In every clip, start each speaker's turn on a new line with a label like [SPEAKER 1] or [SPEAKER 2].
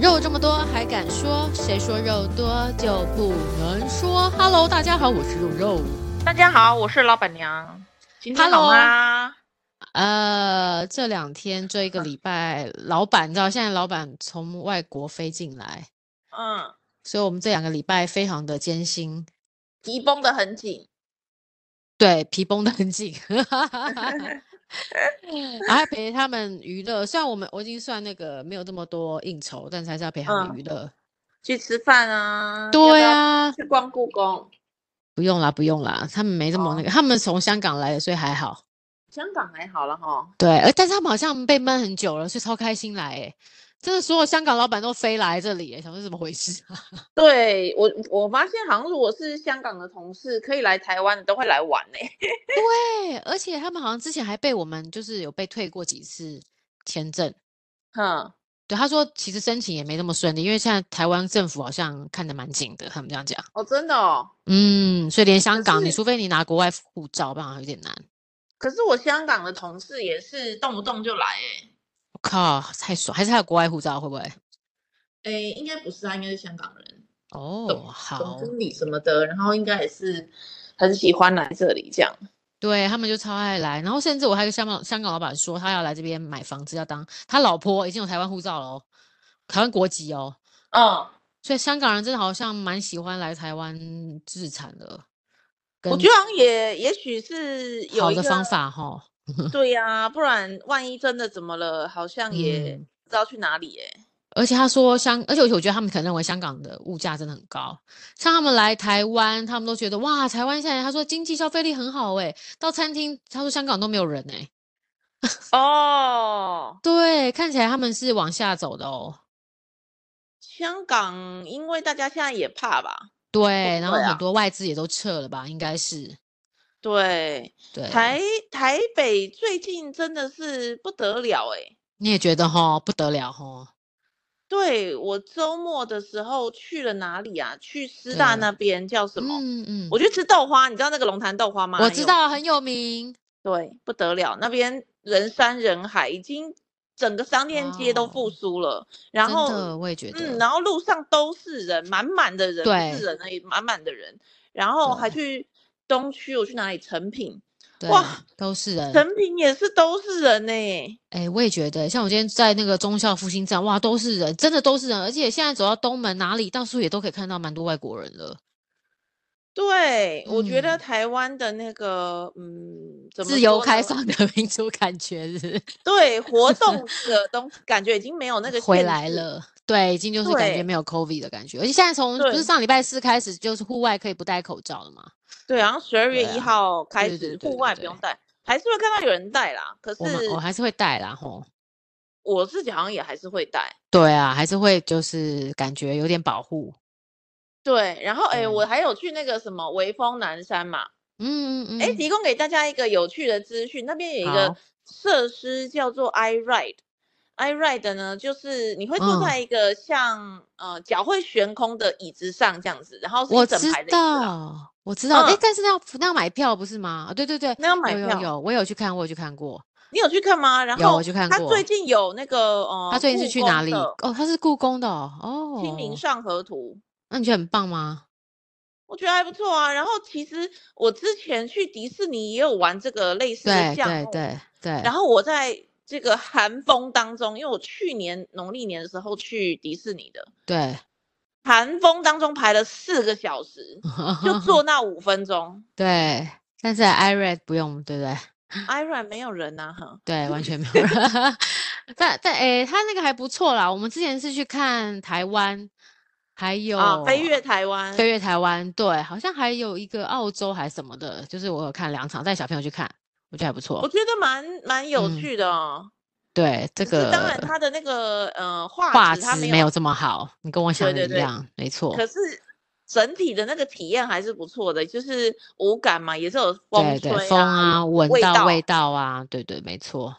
[SPEAKER 1] 肉这么多还敢说？谁说肉多就不能说？Hello，大家好，我是肉肉。
[SPEAKER 2] 大家好，我是老板娘。今天好吗？
[SPEAKER 1] 呃，这两天这一个礼拜，老板你知道现在老板从外国飞进来，
[SPEAKER 2] 嗯，
[SPEAKER 1] 所以我们这两个礼拜非常的艰辛，
[SPEAKER 2] 皮绷得很紧。
[SPEAKER 1] 对，皮绷得很紧， 然后还陪他们娱乐。虽然我们我已经算那个没有这么多应酬，但是还是要陪他们
[SPEAKER 2] 嗯
[SPEAKER 1] 娱乐。
[SPEAKER 2] 去吃饭啊？
[SPEAKER 1] 对
[SPEAKER 2] 呀，
[SPEAKER 1] 啊，
[SPEAKER 2] 去逛故宫。
[SPEAKER 1] 不用啦，不用啦，他们没这么
[SPEAKER 2] 哦
[SPEAKER 1] 那个，他们从香港来的，所以还好。
[SPEAKER 2] 香港还好了哈。
[SPEAKER 1] 对，而但是他们好像被闷很久了，所以超开心来诶。真的，所有香港老板都飞来这里诶，欸想说怎么回事啊？
[SPEAKER 2] 对我，我发现好像如果是香港的同事，可以来台湾的都会来玩呢、
[SPEAKER 1] 对，而且他们好像之前还被我们就是有被退过几次签证。
[SPEAKER 2] 哼，
[SPEAKER 1] 对，他说其实申请也没那么顺利，因为现在台湾政府好像看得蛮紧的，他们这样讲。
[SPEAKER 2] 哦，真的哦。
[SPEAKER 1] 嗯，所以连香港，你
[SPEAKER 2] 是
[SPEAKER 1] 除非你拿国外护照，不然好像有点难。
[SPEAKER 2] 可是我香港的同事也是动不动就来诶、
[SPEAKER 1] 我靠，太爽！还是他有国外护照，会不会？
[SPEAKER 2] 诶、应该不是啊他，应该是香港人，
[SPEAKER 1] 哦，
[SPEAKER 2] 总
[SPEAKER 1] 好，
[SPEAKER 2] 经理什么的，然后应该也是很喜欢来这里这样。
[SPEAKER 1] 对他们就超爱来，然后甚至我还有香港香港老板说，他要来这边买房子，要当他老婆已经有台湾护照了哦，台湾国籍哦，
[SPEAKER 2] 嗯，
[SPEAKER 1] 所以香港人真的好像蛮喜欢来台湾自产的，
[SPEAKER 2] 我
[SPEAKER 1] 跟
[SPEAKER 2] 觉得好像也也许是有
[SPEAKER 1] 好
[SPEAKER 2] 一
[SPEAKER 1] 的
[SPEAKER 2] 个
[SPEAKER 1] 方法哈。
[SPEAKER 2] 对呀、不然万一真的怎么了，好像也
[SPEAKER 1] 嗯
[SPEAKER 2] 不知道去哪里哎、
[SPEAKER 1] 而且他说香，而且我觉得他们可能认为香港的物价真的很高，像他们来台湾，他们都觉得哇，台湾现在他说经济消费力很好诶，到餐厅他说香港都没有人诶，
[SPEAKER 2] 哦，
[SPEAKER 1] 对，看起来他们是往下走的哦，
[SPEAKER 2] 香港，因为大家现在也怕吧？
[SPEAKER 1] 对，然后
[SPEAKER 2] 对啊
[SPEAKER 1] 很多外资也都撤了吧，应该是
[SPEAKER 2] 对，
[SPEAKER 1] 对，
[SPEAKER 2] 台台北最近真的是不得了哎、
[SPEAKER 1] 你也觉得哈不得了哈，
[SPEAKER 2] 对我周末的时候去了哪里啊？去师大
[SPEAKER 1] 对
[SPEAKER 2] 那边叫什么？
[SPEAKER 1] 嗯嗯，
[SPEAKER 2] 哦我去吃豆花，你知道那个龙潭豆花吗？
[SPEAKER 1] 我
[SPEAKER 2] 很
[SPEAKER 1] 知
[SPEAKER 2] 有
[SPEAKER 1] 道很有名，
[SPEAKER 2] 对，不得了，那边人山人海，已经整个商店街都
[SPEAKER 1] 哇哦
[SPEAKER 2] 复苏了。然
[SPEAKER 1] 真的
[SPEAKER 2] 后，
[SPEAKER 1] 我也觉得，
[SPEAKER 2] 嗯，然后路上都是人，满满的人，不
[SPEAKER 1] 对
[SPEAKER 2] 是人而已，满满的人。然后还
[SPEAKER 1] 对
[SPEAKER 2] 去东区，我去哪里？成品，
[SPEAKER 1] 对
[SPEAKER 2] 哇，
[SPEAKER 1] 都是人，
[SPEAKER 2] 成品也是都是人呢、
[SPEAKER 1] 哎、我也觉得，像我今天在那个忠孝复兴站，哇，都是人，真的都是人，而且现在走到东门哪里，到处也都可以看到蛮多外国人了。
[SPEAKER 2] 对，我觉得
[SPEAKER 1] 嗯
[SPEAKER 2] 台湾的那个，嗯，怎么
[SPEAKER 1] 自由
[SPEAKER 2] 说
[SPEAKER 1] 开
[SPEAKER 2] 呢
[SPEAKER 1] 放的 民主感觉是
[SPEAKER 2] 对活 动的东西，感觉已经没有那个
[SPEAKER 1] 回
[SPEAKER 2] 限
[SPEAKER 1] 来
[SPEAKER 2] 制。
[SPEAKER 1] 了，对，已经就是感觉
[SPEAKER 2] 对
[SPEAKER 1] 没有 COVID 的感觉，而且现在从不是
[SPEAKER 2] 对
[SPEAKER 1] 上礼拜四开始，就是户外可以不戴口罩了嘛？
[SPEAKER 2] 对，然后十二
[SPEAKER 1] 对
[SPEAKER 2] 月一
[SPEAKER 1] 啊
[SPEAKER 2] 号开
[SPEAKER 1] 对对对
[SPEAKER 2] 始，
[SPEAKER 1] 对
[SPEAKER 2] 户外
[SPEAKER 1] 对
[SPEAKER 2] 不用戴，还是会看到有人戴啦。可是
[SPEAKER 1] 我们我还是会戴啦，吼。
[SPEAKER 2] 我自己好像也还是会戴。
[SPEAKER 1] 对啊，还是会就是感觉有点保护。
[SPEAKER 2] 对，然后哎，
[SPEAKER 1] 对
[SPEAKER 2] 我还有去那个什么微风南山嘛，
[SPEAKER 1] 嗯嗯
[SPEAKER 2] 哎，
[SPEAKER 1] 嗯，
[SPEAKER 2] 提供给大家一个有趣的资讯，那边有一个
[SPEAKER 1] 好
[SPEAKER 2] 设施叫做 i ride。i ride 呢，就是你会
[SPEAKER 1] 嗯
[SPEAKER 2] 坐在一个像、呃脚会悬空的椅子上这样子，然后是
[SPEAKER 1] 我
[SPEAKER 2] 一整
[SPEAKER 1] 知
[SPEAKER 2] 排的椅子啊，
[SPEAKER 1] 道，我知道，哎、
[SPEAKER 2] 嗯
[SPEAKER 1] 但是那要那要买票不是吗？啊，对对对，
[SPEAKER 2] 那要买
[SPEAKER 1] 有
[SPEAKER 2] 票。
[SPEAKER 1] 有有，我有去看，我有去看过。
[SPEAKER 2] 你有去看吗？然
[SPEAKER 1] 有我
[SPEAKER 2] 后
[SPEAKER 1] 去看
[SPEAKER 2] 他
[SPEAKER 1] 过
[SPEAKER 2] 最近有那个呃，
[SPEAKER 1] 他最近是
[SPEAKER 2] 故
[SPEAKER 1] 去
[SPEAKER 2] 宫
[SPEAKER 1] 哪里？
[SPEAKER 2] 的
[SPEAKER 1] 哦，他是故宫的哦。
[SPEAKER 2] 清明
[SPEAKER 1] 哦
[SPEAKER 2] 上河图，
[SPEAKER 1] 那你觉得很棒吗？
[SPEAKER 2] 我觉得还不错啊。然后其实我之前去迪士尼也有玩这个类似的
[SPEAKER 1] 对
[SPEAKER 2] 项
[SPEAKER 1] 对
[SPEAKER 2] 目，
[SPEAKER 1] 对对。
[SPEAKER 2] 然后我在这个寒风当中，因为我去年农历年的时候去迪士尼的，
[SPEAKER 1] 对，
[SPEAKER 2] 寒风当中排了四个小时，就坐那五分钟
[SPEAKER 1] 对。但是 iRed 不用，对不对？
[SPEAKER 2] i r o n 哎没有人啊呐、哈，
[SPEAKER 1] 对，完全没有 人。但但诶，他那个还不错啦。我们之前是去看台湾，还有
[SPEAKER 2] 啊，飞越台湾，
[SPEAKER 1] 飞越台湾，对，好像还有一个澳洲还什么的，就是我有看两场，带小朋友去看，我觉得还不
[SPEAKER 2] 我
[SPEAKER 1] 错。
[SPEAKER 2] 觉得蛮蛮有
[SPEAKER 1] 嗯
[SPEAKER 2] 趣的哦。
[SPEAKER 1] 对，这
[SPEAKER 2] 只是
[SPEAKER 1] 个
[SPEAKER 2] 当然它的那个呃
[SPEAKER 1] 画
[SPEAKER 2] 画质它
[SPEAKER 1] 质
[SPEAKER 2] 没
[SPEAKER 1] 没有
[SPEAKER 2] 有，
[SPEAKER 1] 这么好，你跟我想的
[SPEAKER 2] 对
[SPEAKER 1] 一
[SPEAKER 2] 对
[SPEAKER 1] 样，没错。
[SPEAKER 2] 可是整体的那个体验还是不错的，就是五感嘛，也是有风
[SPEAKER 1] 对对，
[SPEAKER 2] 吹
[SPEAKER 1] 风啊，闻
[SPEAKER 2] 味
[SPEAKER 1] 到
[SPEAKER 2] 道
[SPEAKER 1] 味道啊，对对，没错。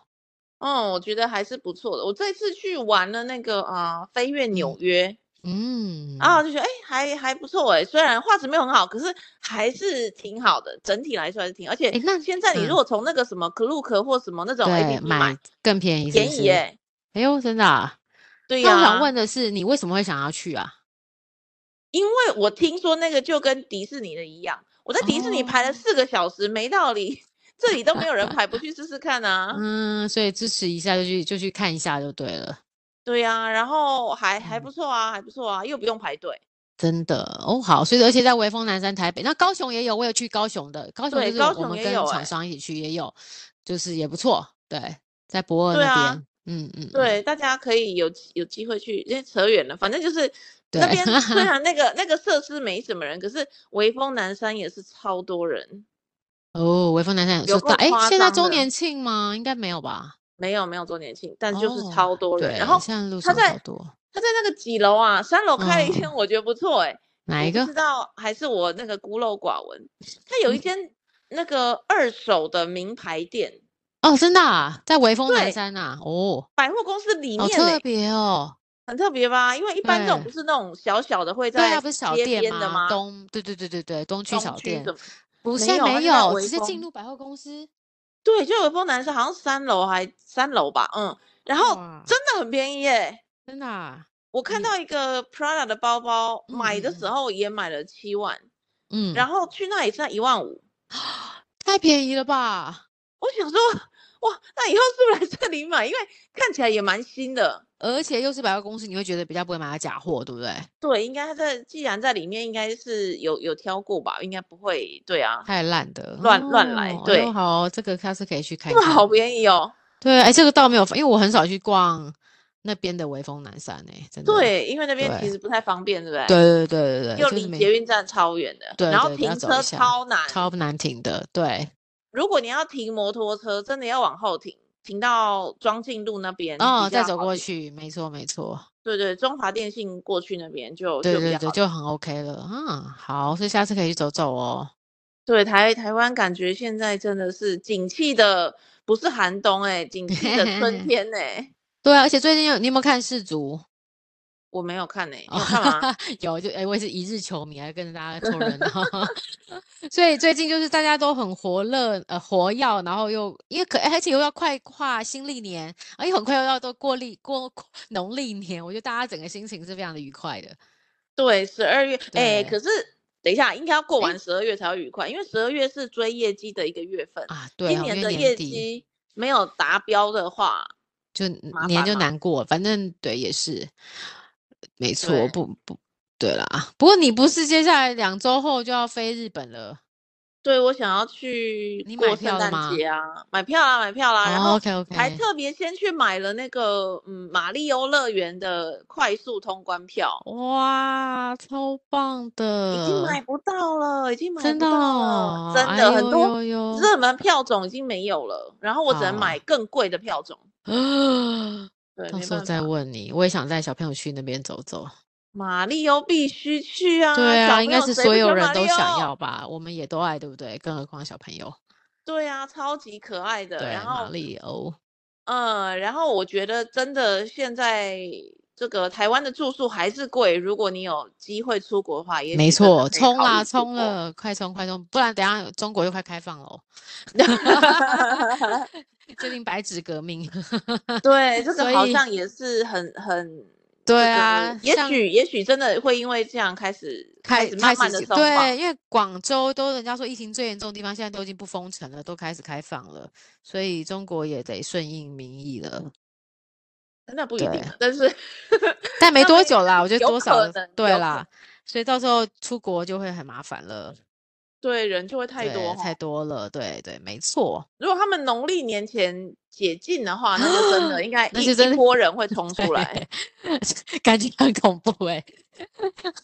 [SPEAKER 2] 嗯，我觉得还是不错的。我这次去玩了那个啊、飞越纽约，
[SPEAKER 1] 嗯，
[SPEAKER 2] 然后就觉得哎、还还不错哎、虽然画质没有很好，可是还是挺好的，整体来说还是挺。而且
[SPEAKER 1] 诶那
[SPEAKER 2] 现在你
[SPEAKER 1] 嗯
[SPEAKER 2] 如果从那个什么 Klook 或什么那种 A
[SPEAKER 1] 对，
[SPEAKER 2] P P
[SPEAKER 1] 买更便宜是不
[SPEAKER 2] 便
[SPEAKER 1] 是，
[SPEAKER 2] 宜哎、
[SPEAKER 1] 哎呦，真的啊、
[SPEAKER 2] 对呀、
[SPEAKER 1] 那我想问的是，你为什么会想要去啊？
[SPEAKER 2] 因为我听说那个就跟迪士尼的一样，我在迪士尼
[SPEAKER 1] 哦
[SPEAKER 2] 排了四个小时，没道理，这里都没有人 排，不去试试看啊？
[SPEAKER 1] 嗯，所以支持一下就去就去看一下就对了，
[SPEAKER 2] 对呀、然后还还
[SPEAKER 1] 嗯
[SPEAKER 2] 不错啊，还不错啊，又不用排队。
[SPEAKER 1] 真的哦。好，所以而且在微风南山台北，那高雄也有，我有去高雄的，高雄
[SPEAKER 2] 对
[SPEAKER 1] 就是
[SPEAKER 2] 高
[SPEAKER 1] 我
[SPEAKER 2] 雄
[SPEAKER 1] 们
[SPEAKER 2] 也
[SPEAKER 1] 跟
[SPEAKER 2] 有
[SPEAKER 1] 厂
[SPEAKER 2] 欸
[SPEAKER 1] 商一起去也有，就是也不错，对，在博尔
[SPEAKER 2] 对
[SPEAKER 1] 那
[SPEAKER 2] 啊
[SPEAKER 1] 边，嗯嗯，嗯，
[SPEAKER 2] 对，大家可以有有机会去，因为扯远了，反正就是那
[SPEAKER 1] 对
[SPEAKER 2] 边 虽然那个那个设施没什么人，可是微风南山也是超多人。
[SPEAKER 1] 哦，微风南山有
[SPEAKER 2] 有
[SPEAKER 1] 说到，
[SPEAKER 2] 够
[SPEAKER 1] 哎，
[SPEAKER 2] 夸
[SPEAKER 1] 现在
[SPEAKER 2] 张
[SPEAKER 1] 周
[SPEAKER 2] 的
[SPEAKER 1] 年庆吗？应该没有吧？
[SPEAKER 2] 没有没有周年庆，但就是
[SPEAKER 1] 哦
[SPEAKER 2] 超多人。
[SPEAKER 1] 对，
[SPEAKER 2] 然后
[SPEAKER 1] 现在路
[SPEAKER 2] 他
[SPEAKER 1] 上好
[SPEAKER 2] 在
[SPEAKER 1] 多，
[SPEAKER 2] 他在那个几楼啊，三楼开了一间，
[SPEAKER 1] 嗯
[SPEAKER 2] 我觉得不错哎、
[SPEAKER 1] 哪一
[SPEAKER 2] 我
[SPEAKER 1] 个嗯
[SPEAKER 2] 不知？道还是我那个孤陋寡闻。他有一间那个二手的名牌店，
[SPEAKER 1] 哦，真的啊，在微风南
[SPEAKER 2] 对
[SPEAKER 1] 山呐，哦，
[SPEAKER 2] 百货公司里
[SPEAKER 1] 好
[SPEAKER 2] 面、欸
[SPEAKER 1] 特别哦。
[SPEAKER 2] 很特别吧？因为一般这种
[SPEAKER 1] 对
[SPEAKER 2] 不是那种小小的会
[SPEAKER 1] 对
[SPEAKER 2] 在
[SPEAKER 1] 啊，不是小
[SPEAKER 2] 街
[SPEAKER 1] 店
[SPEAKER 2] 边的
[SPEAKER 1] 吗？
[SPEAKER 2] 吗？
[SPEAKER 1] 东，对对对对对，东区
[SPEAKER 2] 东
[SPEAKER 1] 小
[SPEAKER 2] 区
[SPEAKER 1] 店
[SPEAKER 2] 怎，么
[SPEAKER 1] 不
[SPEAKER 2] 没
[SPEAKER 1] 现在
[SPEAKER 2] 有啊
[SPEAKER 1] 没
[SPEAKER 2] 现在
[SPEAKER 1] 有，
[SPEAKER 2] 微
[SPEAKER 1] 直接进
[SPEAKER 2] 风
[SPEAKER 1] 入百货公司。
[SPEAKER 2] 对，就有风南山，好像三楼还三楼吧，嗯，然后
[SPEAKER 1] 哇
[SPEAKER 2] 真的很便宜耶。
[SPEAKER 1] 真的啊，
[SPEAKER 2] 我看
[SPEAKER 1] 嗯
[SPEAKER 2] 到一个 Prada 的包包，买的
[SPEAKER 1] 嗯嗯
[SPEAKER 2] 时候也买了七万，
[SPEAKER 1] 嗯，
[SPEAKER 2] 然后去那里才一万五。
[SPEAKER 1] 太便宜了吧？
[SPEAKER 2] 我想说，哇，那以后是不是来这里买？因为看起来也蛮新的。
[SPEAKER 1] 而且又是百货公司，你会觉得比较不会买到假货，对不对？
[SPEAKER 2] 对，应该它在既然在里面，应该是有有挑过吧，应该不会。对啊，
[SPEAKER 1] 太烂的，
[SPEAKER 2] 乱乱来
[SPEAKER 1] 哦哎呦
[SPEAKER 2] 对
[SPEAKER 1] 好，这个下次可以去看
[SPEAKER 2] 这
[SPEAKER 1] 一
[SPEAKER 2] 么
[SPEAKER 1] 看。
[SPEAKER 2] 好便宜哦。
[SPEAKER 1] 对，哎，这个倒没有，因为我很少去逛那边的微风南山诶，真的。
[SPEAKER 2] 对，因为那边其
[SPEAKER 1] 对
[SPEAKER 2] 实不太方便，对不对？
[SPEAKER 1] 对对对对对，就
[SPEAKER 2] 又
[SPEAKER 1] 是
[SPEAKER 2] 离
[SPEAKER 1] 没
[SPEAKER 2] 捷运站超远的，
[SPEAKER 1] 对
[SPEAKER 2] 然后
[SPEAKER 1] 对对要
[SPEAKER 2] 停
[SPEAKER 1] 走
[SPEAKER 2] 车
[SPEAKER 1] 一下
[SPEAKER 2] 超难，
[SPEAKER 1] 超难停的，对。
[SPEAKER 2] 如果你要停摩托车，真的要往后停，停到庄敬路那边
[SPEAKER 1] 哦，
[SPEAKER 2] 比
[SPEAKER 1] 再
[SPEAKER 2] 较
[SPEAKER 1] 走
[SPEAKER 2] 好
[SPEAKER 1] 过
[SPEAKER 2] 停。
[SPEAKER 1] 去，没错没错，
[SPEAKER 2] 对对，中华电信过去那边就
[SPEAKER 1] 对
[SPEAKER 2] 就比
[SPEAKER 1] 对
[SPEAKER 2] 较
[SPEAKER 1] 对，
[SPEAKER 2] 好。
[SPEAKER 1] 就很 OK 了啊。好，所以下次可以去走走哦。
[SPEAKER 2] 对台台湾感觉现在真的是景气的，不是寒冬哎、景气的 春天哎、
[SPEAKER 1] 对啊，而且最近有你有没有看世足？
[SPEAKER 2] 我没有看哎、欸，你
[SPEAKER 1] 哦
[SPEAKER 2] 有看吗？
[SPEAKER 1] 有就哎、我也是一日球迷，还跟着大家凑热闹。 所以最近就是大家都很活乐，呃，活跃，然后又因为可，而且又要快跨新历年，而且很快又要都过历过过农历年，我觉得大家整个心情是非常的愉快的。
[SPEAKER 2] 对，十二月哎、
[SPEAKER 1] 对
[SPEAKER 2] 可是等一下应该要过
[SPEAKER 1] 哎
[SPEAKER 2] 完十二月才会愉快，因为十二月是追业绩的一个月份，
[SPEAKER 1] 啊，对
[SPEAKER 2] 今
[SPEAKER 1] 哦，因
[SPEAKER 2] 年
[SPEAKER 1] 为
[SPEAKER 2] 的
[SPEAKER 1] 年
[SPEAKER 2] 业
[SPEAKER 1] 底
[SPEAKER 2] 绩没有达标的话，
[SPEAKER 1] 就
[SPEAKER 2] 麻
[SPEAKER 1] 年
[SPEAKER 2] 烦
[SPEAKER 1] 就
[SPEAKER 2] 嘛
[SPEAKER 1] 难过，反正对也是，没错，
[SPEAKER 2] 对
[SPEAKER 1] 不不对啦。不过你不是接下来两周后就要飞日本了？
[SPEAKER 2] 对，我想要去
[SPEAKER 1] 你买
[SPEAKER 2] 过
[SPEAKER 1] 票
[SPEAKER 2] 圣
[SPEAKER 1] 了
[SPEAKER 2] 诞
[SPEAKER 1] 吗
[SPEAKER 2] 节啊，买票啦，买票啦，啊然
[SPEAKER 1] 哦
[SPEAKER 2] 后
[SPEAKER 1] ，OK OK，
[SPEAKER 2] 还特别先去买了那个嗯马里欧乐园的快速通关票，
[SPEAKER 1] 哇，超棒的，
[SPEAKER 2] 已经买不到了，已经买
[SPEAKER 1] 呃真
[SPEAKER 2] 不
[SPEAKER 1] 的
[SPEAKER 2] 到
[SPEAKER 1] 哦
[SPEAKER 2] 了，，真的
[SPEAKER 1] 哎
[SPEAKER 2] 很
[SPEAKER 1] 呦
[SPEAKER 2] 多
[SPEAKER 1] 呦呦啊
[SPEAKER 2] 热门票种已经没有了，然后我只能
[SPEAKER 1] 好
[SPEAKER 2] 买更贵的票种，
[SPEAKER 1] 啊！
[SPEAKER 2] 对，
[SPEAKER 1] 到
[SPEAKER 2] 没
[SPEAKER 1] 时候
[SPEAKER 2] 办
[SPEAKER 1] 再
[SPEAKER 2] 法，
[SPEAKER 1] 问你，我也想带小朋友去那边走走。
[SPEAKER 2] 马里欧必须去啊，
[SPEAKER 1] 对
[SPEAKER 2] 小
[SPEAKER 1] 啊，
[SPEAKER 2] 朋
[SPEAKER 1] 应该
[SPEAKER 2] 友
[SPEAKER 1] 是
[SPEAKER 2] 谁
[SPEAKER 1] 所
[SPEAKER 2] 不喜
[SPEAKER 1] 有
[SPEAKER 2] 欢
[SPEAKER 1] 人
[SPEAKER 2] 马
[SPEAKER 1] 都
[SPEAKER 2] 里
[SPEAKER 1] 想
[SPEAKER 2] 欧
[SPEAKER 1] 要吧，我们也都爱，对不对？更何况小朋友。
[SPEAKER 2] 对啊，超级可爱的，
[SPEAKER 1] 对
[SPEAKER 2] 然，
[SPEAKER 1] 马
[SPEAKER 2] 后。
[SPEAKER 1] 里哦欧，
[SPEAKER 2] 嗯，然后我觉得真的现在这个台湾的住宿还是贵，如果你有机会出国的话，也
[SPEAKER 1] 没
[SPEAKER 2] 许真的
[SPEAKER 1] 错，
[SPEAKER 2] 可以
[SPEAKER 1] 冲
[SPEAKER 2] 考虑
[SPEAKER 1] 啦，
[SPEAKER 2] 出
[SPEAKER 1] 冲
[SPEAKER 2] 国。
[SPEAKER 1] 了，快冲，快冲！不然等下中国又快开放喽。最近白纸革 命，
[SPEAKER 2] 对，这个
[SPEAKER 1] 所
[SPEAKER 2] 好
[SPEAKER 1] 以
[SPEAKER 2] 像也是很很，
[SPEAKER 1] 对
[SPEAKER 2] 这个
[SPEAKER 1] 啊，
[SPEAKER 2] 也
[SPEAKER 1] 像
[SPEAKER 2] 许也许真的会因为这样开始开
[SPEAKER 1] 开
[SPEAKER 2] 始
[SPEAKER 1] 开
[SPEAKER 2] 慢
[SPEAKER 1] 始
[SPEAKER 2] 慢的
[SPEAKER 1] 解
[SPEAKER 2] 松绑。
[SPEAKER 1] 对，因为广州都人家说疫情最严重的地方，现在都已经不封城了，都开始开放了，所以中国也得顺应民意了。
[SPEAKER 2] 那不一定
[SPEAKER 1] 对
[SPEAKER 2] 啊，但是
[SPEAKER 1] 但没
[SPEAKER 2] 那
[SPEAKER 1] 多
[SPEAKER 2] 没
[SPEAKER 1] 久啦，我觉得
[SPEAKER 2] 有
[SPEAKER 1] 多少
[SPEAKER 2] 可能
[SPEAKER 1] 对
[SPEAKER 2] 有可
[SPEAKER 1] 啦，所以到时候出国就会很麻烦了，
[SPEAKER 2] 对人就会太多
[SPEAKER 1] 对，太
[SPEAKER 2] 哈。
[SPEAKER 1] 多了，对对，没错，
[SPEAKER 2] 如果他们农历年前解禁的话，那就真 的应该
[SPEAKER 1] 那
[SPEAKER 2] 一
[SPEAKER 1] 就真
[SPEAKER 2] 一
[SPEAKER 1] 的
[SPEAKER 2] 波人会 冲出来。
[SPEAKER 1] 对，感觉很恐怖 哎、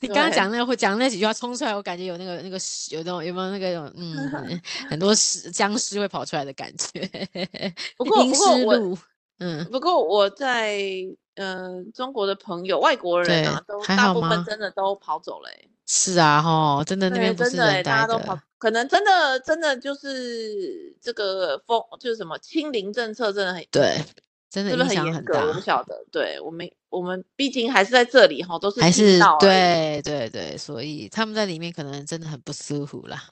[SPEAKER 1] 你刚刚
[SPEAKER 2] 对
[SPEAKER 1] 讲那个会讲那几句话冲出来，我感觉有那个那个尸有那种有没有那个有嗯 很很多尸僵尸会跑出来的感觉，
[SPEAKER 2] 不过
[SPEAKER 1] 阴
[SPEAKER 2] 不过
[SPEAKER 1] 尸
[SPEAKER 2] 我
[SPEAKER 1] 路，嗯，
[SPEAKER 2] 不过我在呃中国的朋友，外国人啊，
[SPEAKER 1] 对
[SPEAKER 2] 都
[SPEAKER 1] 还
[SPEAKER 2] 大
[SPEAKER 1] 好
[SPEAKER 2] 部分
[SPEAKER 1] 吗
[SPEAKER 2] 真的都跑走了、欸。
[SPEAKER 1] 是啊吼，真的那
[SPEAKER 2] 对，
[SPEAKER 1] 边不
[SPEAKER 2] 真
[SPEAKER 1] 是
[SPEAKER 2] 的、
[SPEAKER 1] 人
[SPEAKER 2] 欸，大
[SPEAKER 1] 待
[SPEAKER 2] 家都跑
[SPEAKER 1] 的，，
[SPEAKER 2] 可能真的真的就是这个风，就是什么清零政策，真的很
[SPEAKER 1] 对，真的
[SPEAKER 2] 是不
[SPEAKER 1] 影
[SPEAKER 2] 是很
[SPEAKER 1] 响
[SPEAKER 2] 严
[SPEAKER 1] 很
[SPEAKER 2] 格？我不
[SPEAKER 1] 大，
[SPEAKER 2] 晓得。对我们我们毕竟还是在这里哈，都是
[SPEAKER 1] 还
[SPEAKER 2] 听
[SPEAKER 1] 是
[SPEAKER 2] 到而已。
[SPEAKER 1] 对对对，所以他们在里面可能真的很不舒服啦。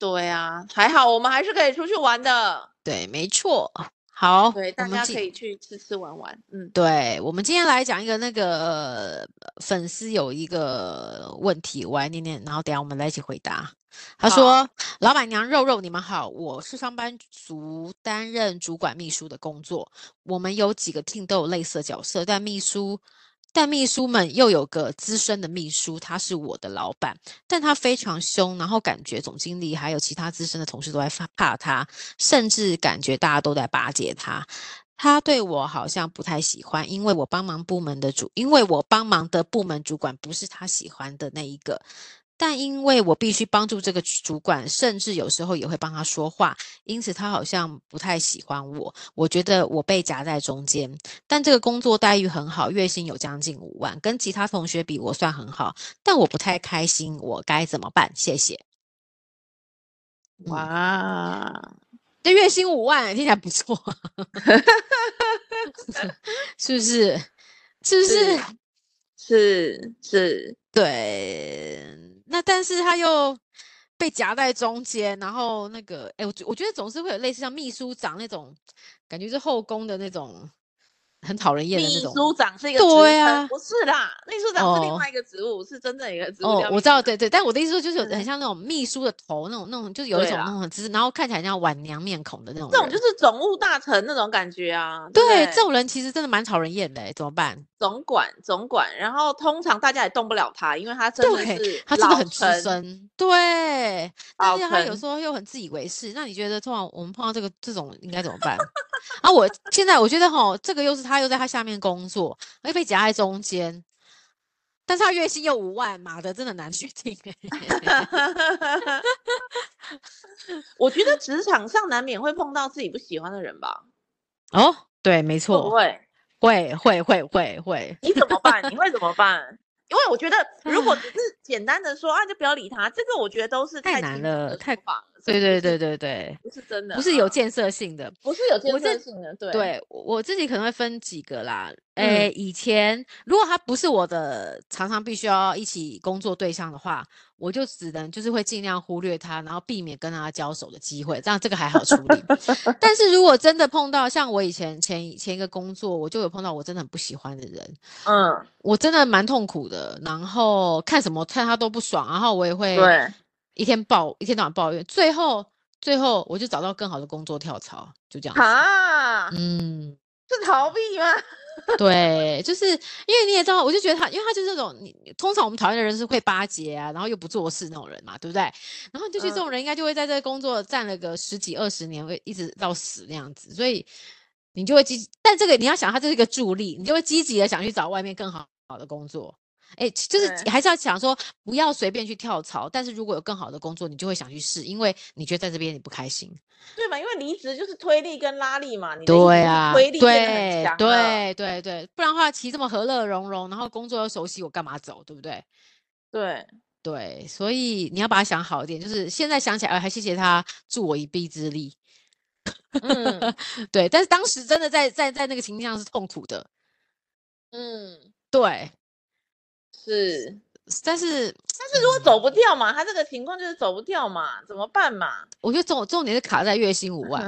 [SPEAKER 2] 对啊，还好我们还是可以出去玩的。
[SPEAKER 1] 对，没错。好，
[SPEAKER 2] 对，
[SPEAKER 1] 哦我
[SPEAKER 2] 大
[SPEAKER 1] 们
[SPEAKER 2] 家
[SPEAKER 1] 今
[SPEAKER 2] 可以去吃吃玩玩，嗯，
[SPEAKER 1] 对，我们今天来讲一个那个、呃粉丝有一个呃问题，我来念念，然后等一下我们来一起回答。他
[SPEAKER 2] 好
[SPEAKER 1] 说：“老板娘肉肉，你们好，我是上班族，担任主管秘书的工作。我们有几个 team 都有类似的角色，但秘书，但秘书们又有个资深的秘书，他是我的老板，但他非常凶，然后感觉总经理还有其他资深的同事都在怕怕他，甚至感觉大家都在巴结他。他对我好像不太喜欢，因为我帮忙部门的主，因为我帮忙的部门主管不是他喜欢的那一个，但因为我必须帮助这个主管，甚至有时候也会帮他说话，因此他好像不太喜欢我。我觉得我被夹在中间，但这个工作待遇很好，月薪有将近五万，跟其他同学比我算很好，但我不太开心，我该怎么办？谢谢。嗯
[SPEAKER 2] 哇，
[SPEAKER 1] 这月薪五万听起来不错， 是不是？是不是？
[SPEAKER 2] 是是是，
[SPEAKER 1] 对，那但是他又被夹在中间，然后那个，哎，我觉我觉得总是会有类似像秘书长那种，感觉是后宫的那种，很讨人厌的
[SPEAKER 2] 秘
[SPEAKER 1] 那种。
[SPEAKER 2] 书长是一个
[SPEAKER 1] 对
[SPEAKER 2] 职称
[SPEAKER 1] 啊
[SPEAKER 2] 不是啦，秘书长是另
[SPEAKER 1] 哦
[SPEAKER 2] 外一个职务，是真正一个职务
[SPEAKER 1] 哦
[SPEAKER 2] 叫，
[SPEAKER 1] 我
[SPEAKER 2] 秘
[SPEAKER 1] 知道，
[SPEAKER 2] 书长
[SPEAKER 1] 对对，但我的意思说就是有很
[SPEAKER 2] 嗯
[SPEAKER 1] 像那种秘书的头那种那种，就是有一
[SPEAKER 2] 对
[SPEAKER 1] 种
[SPEAKER 2] 啦
[SPEAKER 1] 那种很资，然后看起来像晚娘面孔的那种
[SPEAKER 2] 这
[SPEAKER 1] 人。
[SPEAKER 2] 种就是总务大臣那种感觉啊，对不
[SPEAKER 1] 对
[SPEAKER 2] 对
[SPEAKER 1] 这种人其实真的蛮讨人厌的，欸怎么办？
[SPEAKER 2] 总管总管，然后通常大家也动不了他，因为他真的
[SPEAKER 1] 对
[SPEAKER 2] 是
[SPEAKER 1] 他真的
[SPEAKER 2] 老
[SPEAKER 1] 很资
[SPEAKER 2] 臣
[SPEAKER 1] 深，对，但
[SPEAKER 2] 老
[SPEAKER 1] 是他有
[SPEAKER 2] 臣
[SPEAKER 1] 时候又很自以为是。那你觉得，通常我们碰到这个这种应该怎么办？啊，我现在我觉得哈，这个又是他又在他下面工作，又被夹在中间，但是他月薪又五万，妈的，真的难 去听欸
[SPEAKER 2] 我觉得职场上难免会碰到自己不喜欢的人吧，
[SPEAKER 1] 哦，对，没
[SPEAKER 2] 会不
[SPEAKER 1] 错，
[SPEAKER 2] 会？
[SPEAKER 1] 会会会会会，
[SPEAKER 2] 你怎么办？你会怎么 办？因为我觉得，如果只是简单的说啊，就不要理他，这个我觉得都是
[SPEAKER 1] 太
[SPEAKER 2] 太
[SPEAKER 1] 难
[SPEAKER 2] 轻浮
[SPEAKER 1] 了
[SPEAKER 2] 的
[SPEAKER 1] 太
[SPEAKER 2] 说法了
[SPEAKER 1] 对对，对
[SPEAKER 2] 这
[SPEAKER 1] 对对，嗯
[SPEAKER 2] 不是不是真的啊，
[SPEAKER 1] 不是有建设性的，
[SPEAKER 2] 不是有建
[SPEAKER 1] 我这
[SPEAKER 2] 设性的，对
[SPEAKER 1] 对我我自己可能会分几个啦，
[SPEAKER 2] 嗯
[SPEAKER 1] 诶，以前如果他不是我的常常必须要一起工作对象的话，我就只能就是会尽量忽略他，然后避免跟他交手的机会，这样这个还好处理。但是如果真的碰到像我以前前一前一个工作，我就有碰到我真的很不喜欢的人，
[SPEAKER 2] 嗯，
[SPEAKER 1] 我真的蛮痛苦的，然后看什么看他都不爽，然后我也会
[SPEAKER 2] 对，
[SPEAKER 1] 一天抱一天到晚抱怨，最后最后我就找到更好的工作跳槽，就这样子。
[SPEAKER 2] 啊，
[SPEAKER 1] 嗯。
[SPEAKER 2] 是逃避吗？
[SPEAKER 1] 对，就是因为你也知道，我就觉得他，因为他就是那种你通常我们讨厌的人是会巴结啊，然后又不做事那种人嘛，对不对？然后你就觉得这
[SPEAKER 2] 嗯
[SPEAKER 1] 种人应该就会在这个工作占了个十几二十年，会一直到死那样子，所以你就会积，但这个你要想，他这是一个助力，你就会积极的想去找外面更好好的工作。哎，其就是
[SPEAKER 2] 对
[SPEAKER 1] 还是要想说，不要随便去跳槽，但是如果有更好的工作，你就会想去试，因为你觉得在这边你不开心。
[SPEAKER 2] 对嘛？因为离职就是推力跟拉力嘛，你的意思
[SPEAKER 1] 对
[SPEAKER 2] 是
[SPEAKER 1] 啊，
[SPEAKER 2] 推力变得很
[SPEAKER 1] 对
[SPEAKER 2] 强了
[SPEAKER 1] 对对对，不然的话，其实这么和乐融融，然后工作又熟悉，我干嘛走，对不对？
[SPEAKER 2] 对
[SPEAKER 1] 对，所以你要把它想好一点，就是现在想起来，哎还谢谢他助我一臂之力，
[SPEAKER 2] 嗯
[SPEAKER 1] 对。但是当时真的在在在那个情境下是痛苦的，
[SPEAKER 2] 嗯，
[SPEAKER 1] 对。
[SPEAKER 2] 是。
[SPEAKER 1] 但是，
[SPEAKER 2] 但是如果走不掉嘛，他这个情况就是走不掉嘛，怎么办嘛？
[SPEAKER 1] 我觉得重重点是卡在月薪五 万，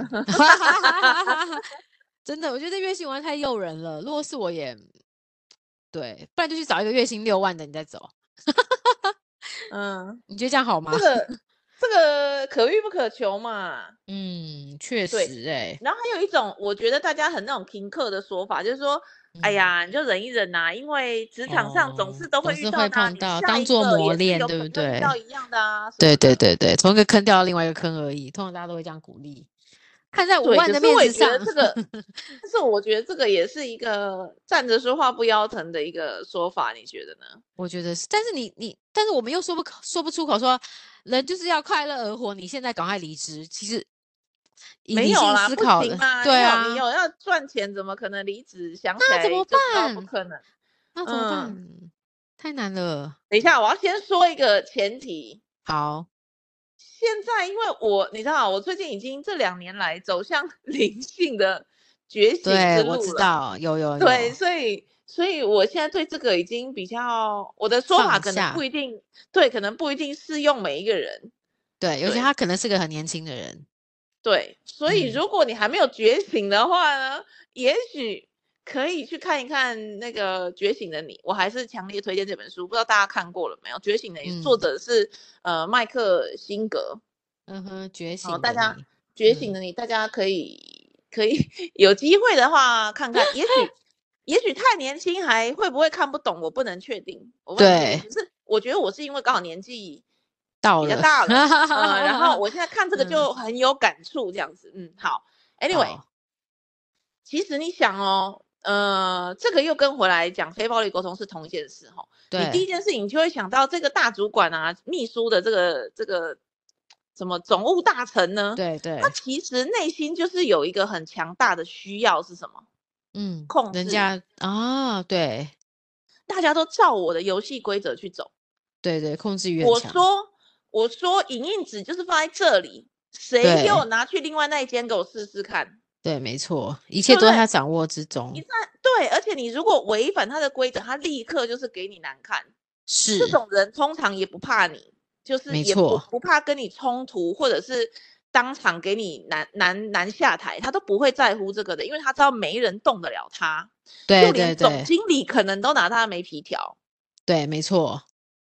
[SPEAKER 1] 真的，我觉得月薪五万太诱人了。如果是我也，对，不然就去找一个月薪六万的，你再走，
[SPEAKER 2] 嗯，
[SPEAKER 1] 你觉得这样好吗
[SPEAKER 2] 这？个 这个可遇不可求嘛。
[SPEAKER 1] 嗯，确实、
[SPEAKER 2] 对
[SPEAKER 1] 哎，
[SPEAKER 2] 然后还有一种，我觉得大家很那种听课的说法，就是说，哎
[SPEAKER 1] 嗯，
[SPEAKER 2] 呀，你就忍一忍呐、因为职场上总
[SPEAKER 1] 哦
[SPEAKER 2] 是都
[SPEAKER 1] 总
[SPEAKER 2] 会
[SPEAKER 1] 是
[SPEAKER 2] 遇
[SPEAKER 1] 会
[SPEAKER 2] 到的啊、
[SPEAKER 1] 碰
[SPEAKER 2] 你
[SPEAKER 1] 到
[SPEAKER 2] 下
[SPEAKER 1] 当
[SPEAKER 2] 一
[SPEAKER 1] 做
[SPEAKER 2] 个
[SPEAKER 1] 磨
[SPEAKER 2] 也是
[SPEAKER 1] 练
[SPEAKER 2] 有
[SPEAKER 1] 对
[SPEAKER 2] 可
[SPEAKER 1] 不
[SPEAKER 2] 能遇到
[SPEAKER 1] 对
[SPEAKER 2] 一样 的啊，什
[SPEAKER 1] 对
[SPEAKER 2] 么
[SPEAKER 1] 对
[SPEAKER 2] 的
[SPEAKER 1] 对对，从一个坑掉到另外一个坑而已，通常大家都会这样鼓励。看在五
[SPEAKER 2] 对，
[SPEAKER 1] 万
[SPEAKER 2] 可
[SPEAKER 1] 的
[SPEAKER 2] 是
[SPEAKER 1] 面
[SPEAKER 2] 我也
[SPEAKER 1] 子
[SPEAKER 2] 觉得
[SPEAKER 1] 上，
[SPEAKER 2] 这个，但是我觉得这个也是一个站着说话不腰疼的一个说法，你觉得呢？
[SPEAKER 1] 我觉得是。但是你你，但是我们又说不口说不出口说，人就是要快乐而活。你现在赶快离职，其实以
[SPEAKER 2] 没
[SPEAKER 1] 理
[SPEAKER 2] 有
[SPEAKER 1] 性
[SPEAKER 2] 啦，
[SPEAKER 1] 思
[SPEAKER 2] 不
[SPEAKER 1] 考
[SPEAKER 2] 行
[SPEAKER 1] 的，
[SPEAKER 2] 啦，
[SPEAKER 1] 对
[SPEAKER 2] 你有你
[SPEAKER 1] 啊，
[SPEAKER 2] 有要赚钱，怎么可能离职？想起
[SPEAKER 1] 那
[SPEAKER 2] 来
[SPEAKER 1] 怎么
[SPEAKER 2] 就知道不
[SPEAKER 1] 办？
[SPEAKER 2] 可能。
[SPEAKER 1] 那怎么
[SPEAKER 2] 嗯
[SPEAKER 1] 办？太难了。
[SPEAKER 2] 等一下，我要先说一个前提。
[SPEAKER 1] 好，
[SPEAKER 2] 现在因为我你知道，我最近已经这两年来走向 灵性的觉醒
[SPEAKER 1] 对
[SPEAKER 2] 之
[SPEAKER 1] 我
[SPEAKER 2] 路
[SPEAKER 1] 知
[SPEAKER 2] 了，
[SPEAKER 1] 道，有有有，
[SPEAKER 2] 对，所以所以我现在对这个已经比较，我的说法
[SPEAKER 1] 放
[SPEAKER 2] 可能不
[SPEAKER 1] 下，
[SPEAKER 2] 一定对，可能不一定适用每一个人。
[SPEAKER 1] 对，尤其
[SPEAKER 2] 对，
[SPEAKER 1] 他可能是个很年轻的人，
[SPEAKER 2] 对，所以
[SPEAKER 1] 嗯
[SPEAKER 2] 如果你还没有觉醒的话呢，也许可以去看一看那个《觉醒的你》，我还是强烈推荐这本书。不知道大家看过了没有？《觉醒的你》作
[SPEAKER 1] 嗯
[SPEAKER 2] 者是呃麦克辛格，
[SPEAKER 1] 嗯哼，觉醒
[SPEAKER 2] 好
[SPEAKER 1] 的你。
[SPEAKER 2] 哦大家《
[SPEAKER 1] 嗯
[SPEAKER 2] 觉醒的你》，大家可以可以 有机会的话看看， 也许也许太年轻还会不会看不懂，我不能确定。我不能确定
[SPEAKER 1] 对
[SPEAKER 2] 只是我觉得我是因为刚好年纪
[SPEAKER 1] 到
[SPEAKER 2] 比较
[SPEAKER 1] 了，
[SPEAKER 2] 大了，呃，然后我现在看这个
[SPEAKER 1] 嗯
[SPEAKER 2] 就很有感触，这样子，嗯，好，anyway，
[SPEAKER 1] 好
[SPEAKER 2] 其实你想哦，呃，这个又跟回来讲非暴力沟通是同一件事哈、哦。你第
[SPEAKER 1] 对，
[SPEAKER 2] 一件事情就会想到这个大主管啊、秘书的这个这个什么总务大臣呢？
[SPEAKER 1] 对对
[SPEAKER 2] 他，其实内心就是有一个很强大的需要是什么？
[SPEAKER 1] 嗯，
[SPEAKER 2] 控
[SPEAKER 1] 人
[SPEAKER 2] 制
[SPEAKER 1] 家啊，对
[SPEAKER 2] 大家都照我的游戏规则去走。
[SPEAKER 1] 对对，控制欲很
[SPEAKER 2] 我
[SPEAKER 1] 强，
[SPEAKER 2] 说我说影印纸就是放在这里，谁
[SPEAKER 1] 对
[SPEAKER 2] 给我拿去另外那一间给我试试看？
[SPEAKER 1] 对，没错，一切
[SPEAKER 2] 对不
[SPEAKER 1] 都在
[SPEAKER 2] 对
[SPEAKER 1] 他掌握之中
[SPEAKER 2] 你，在对，而且你如果违反他的规则，他立刻就是给你难看。
[SPEAKER 1] 是
[SPEAKER 2] 这，种人通常也不怕你，就是
[SPEAKER 1] 没
[SPEAKER 2] 也不
[SPEAKER 1] 错
[SPEAKER 2] 不怕跟你冲突，或者是当场给你难难难下台，他都不会在乎这个的，因为他知道没人动得了他，
[SPEAKER 1] 对
[SPEAKER 2] 就
[SPEAKER 1] 对
[SPEAKER 2] 连
[SPEAKER 1] 对
[SPEAKER 2] 总经理可能都拿他的没皮条。
[SPEAKER 1] 对，没错，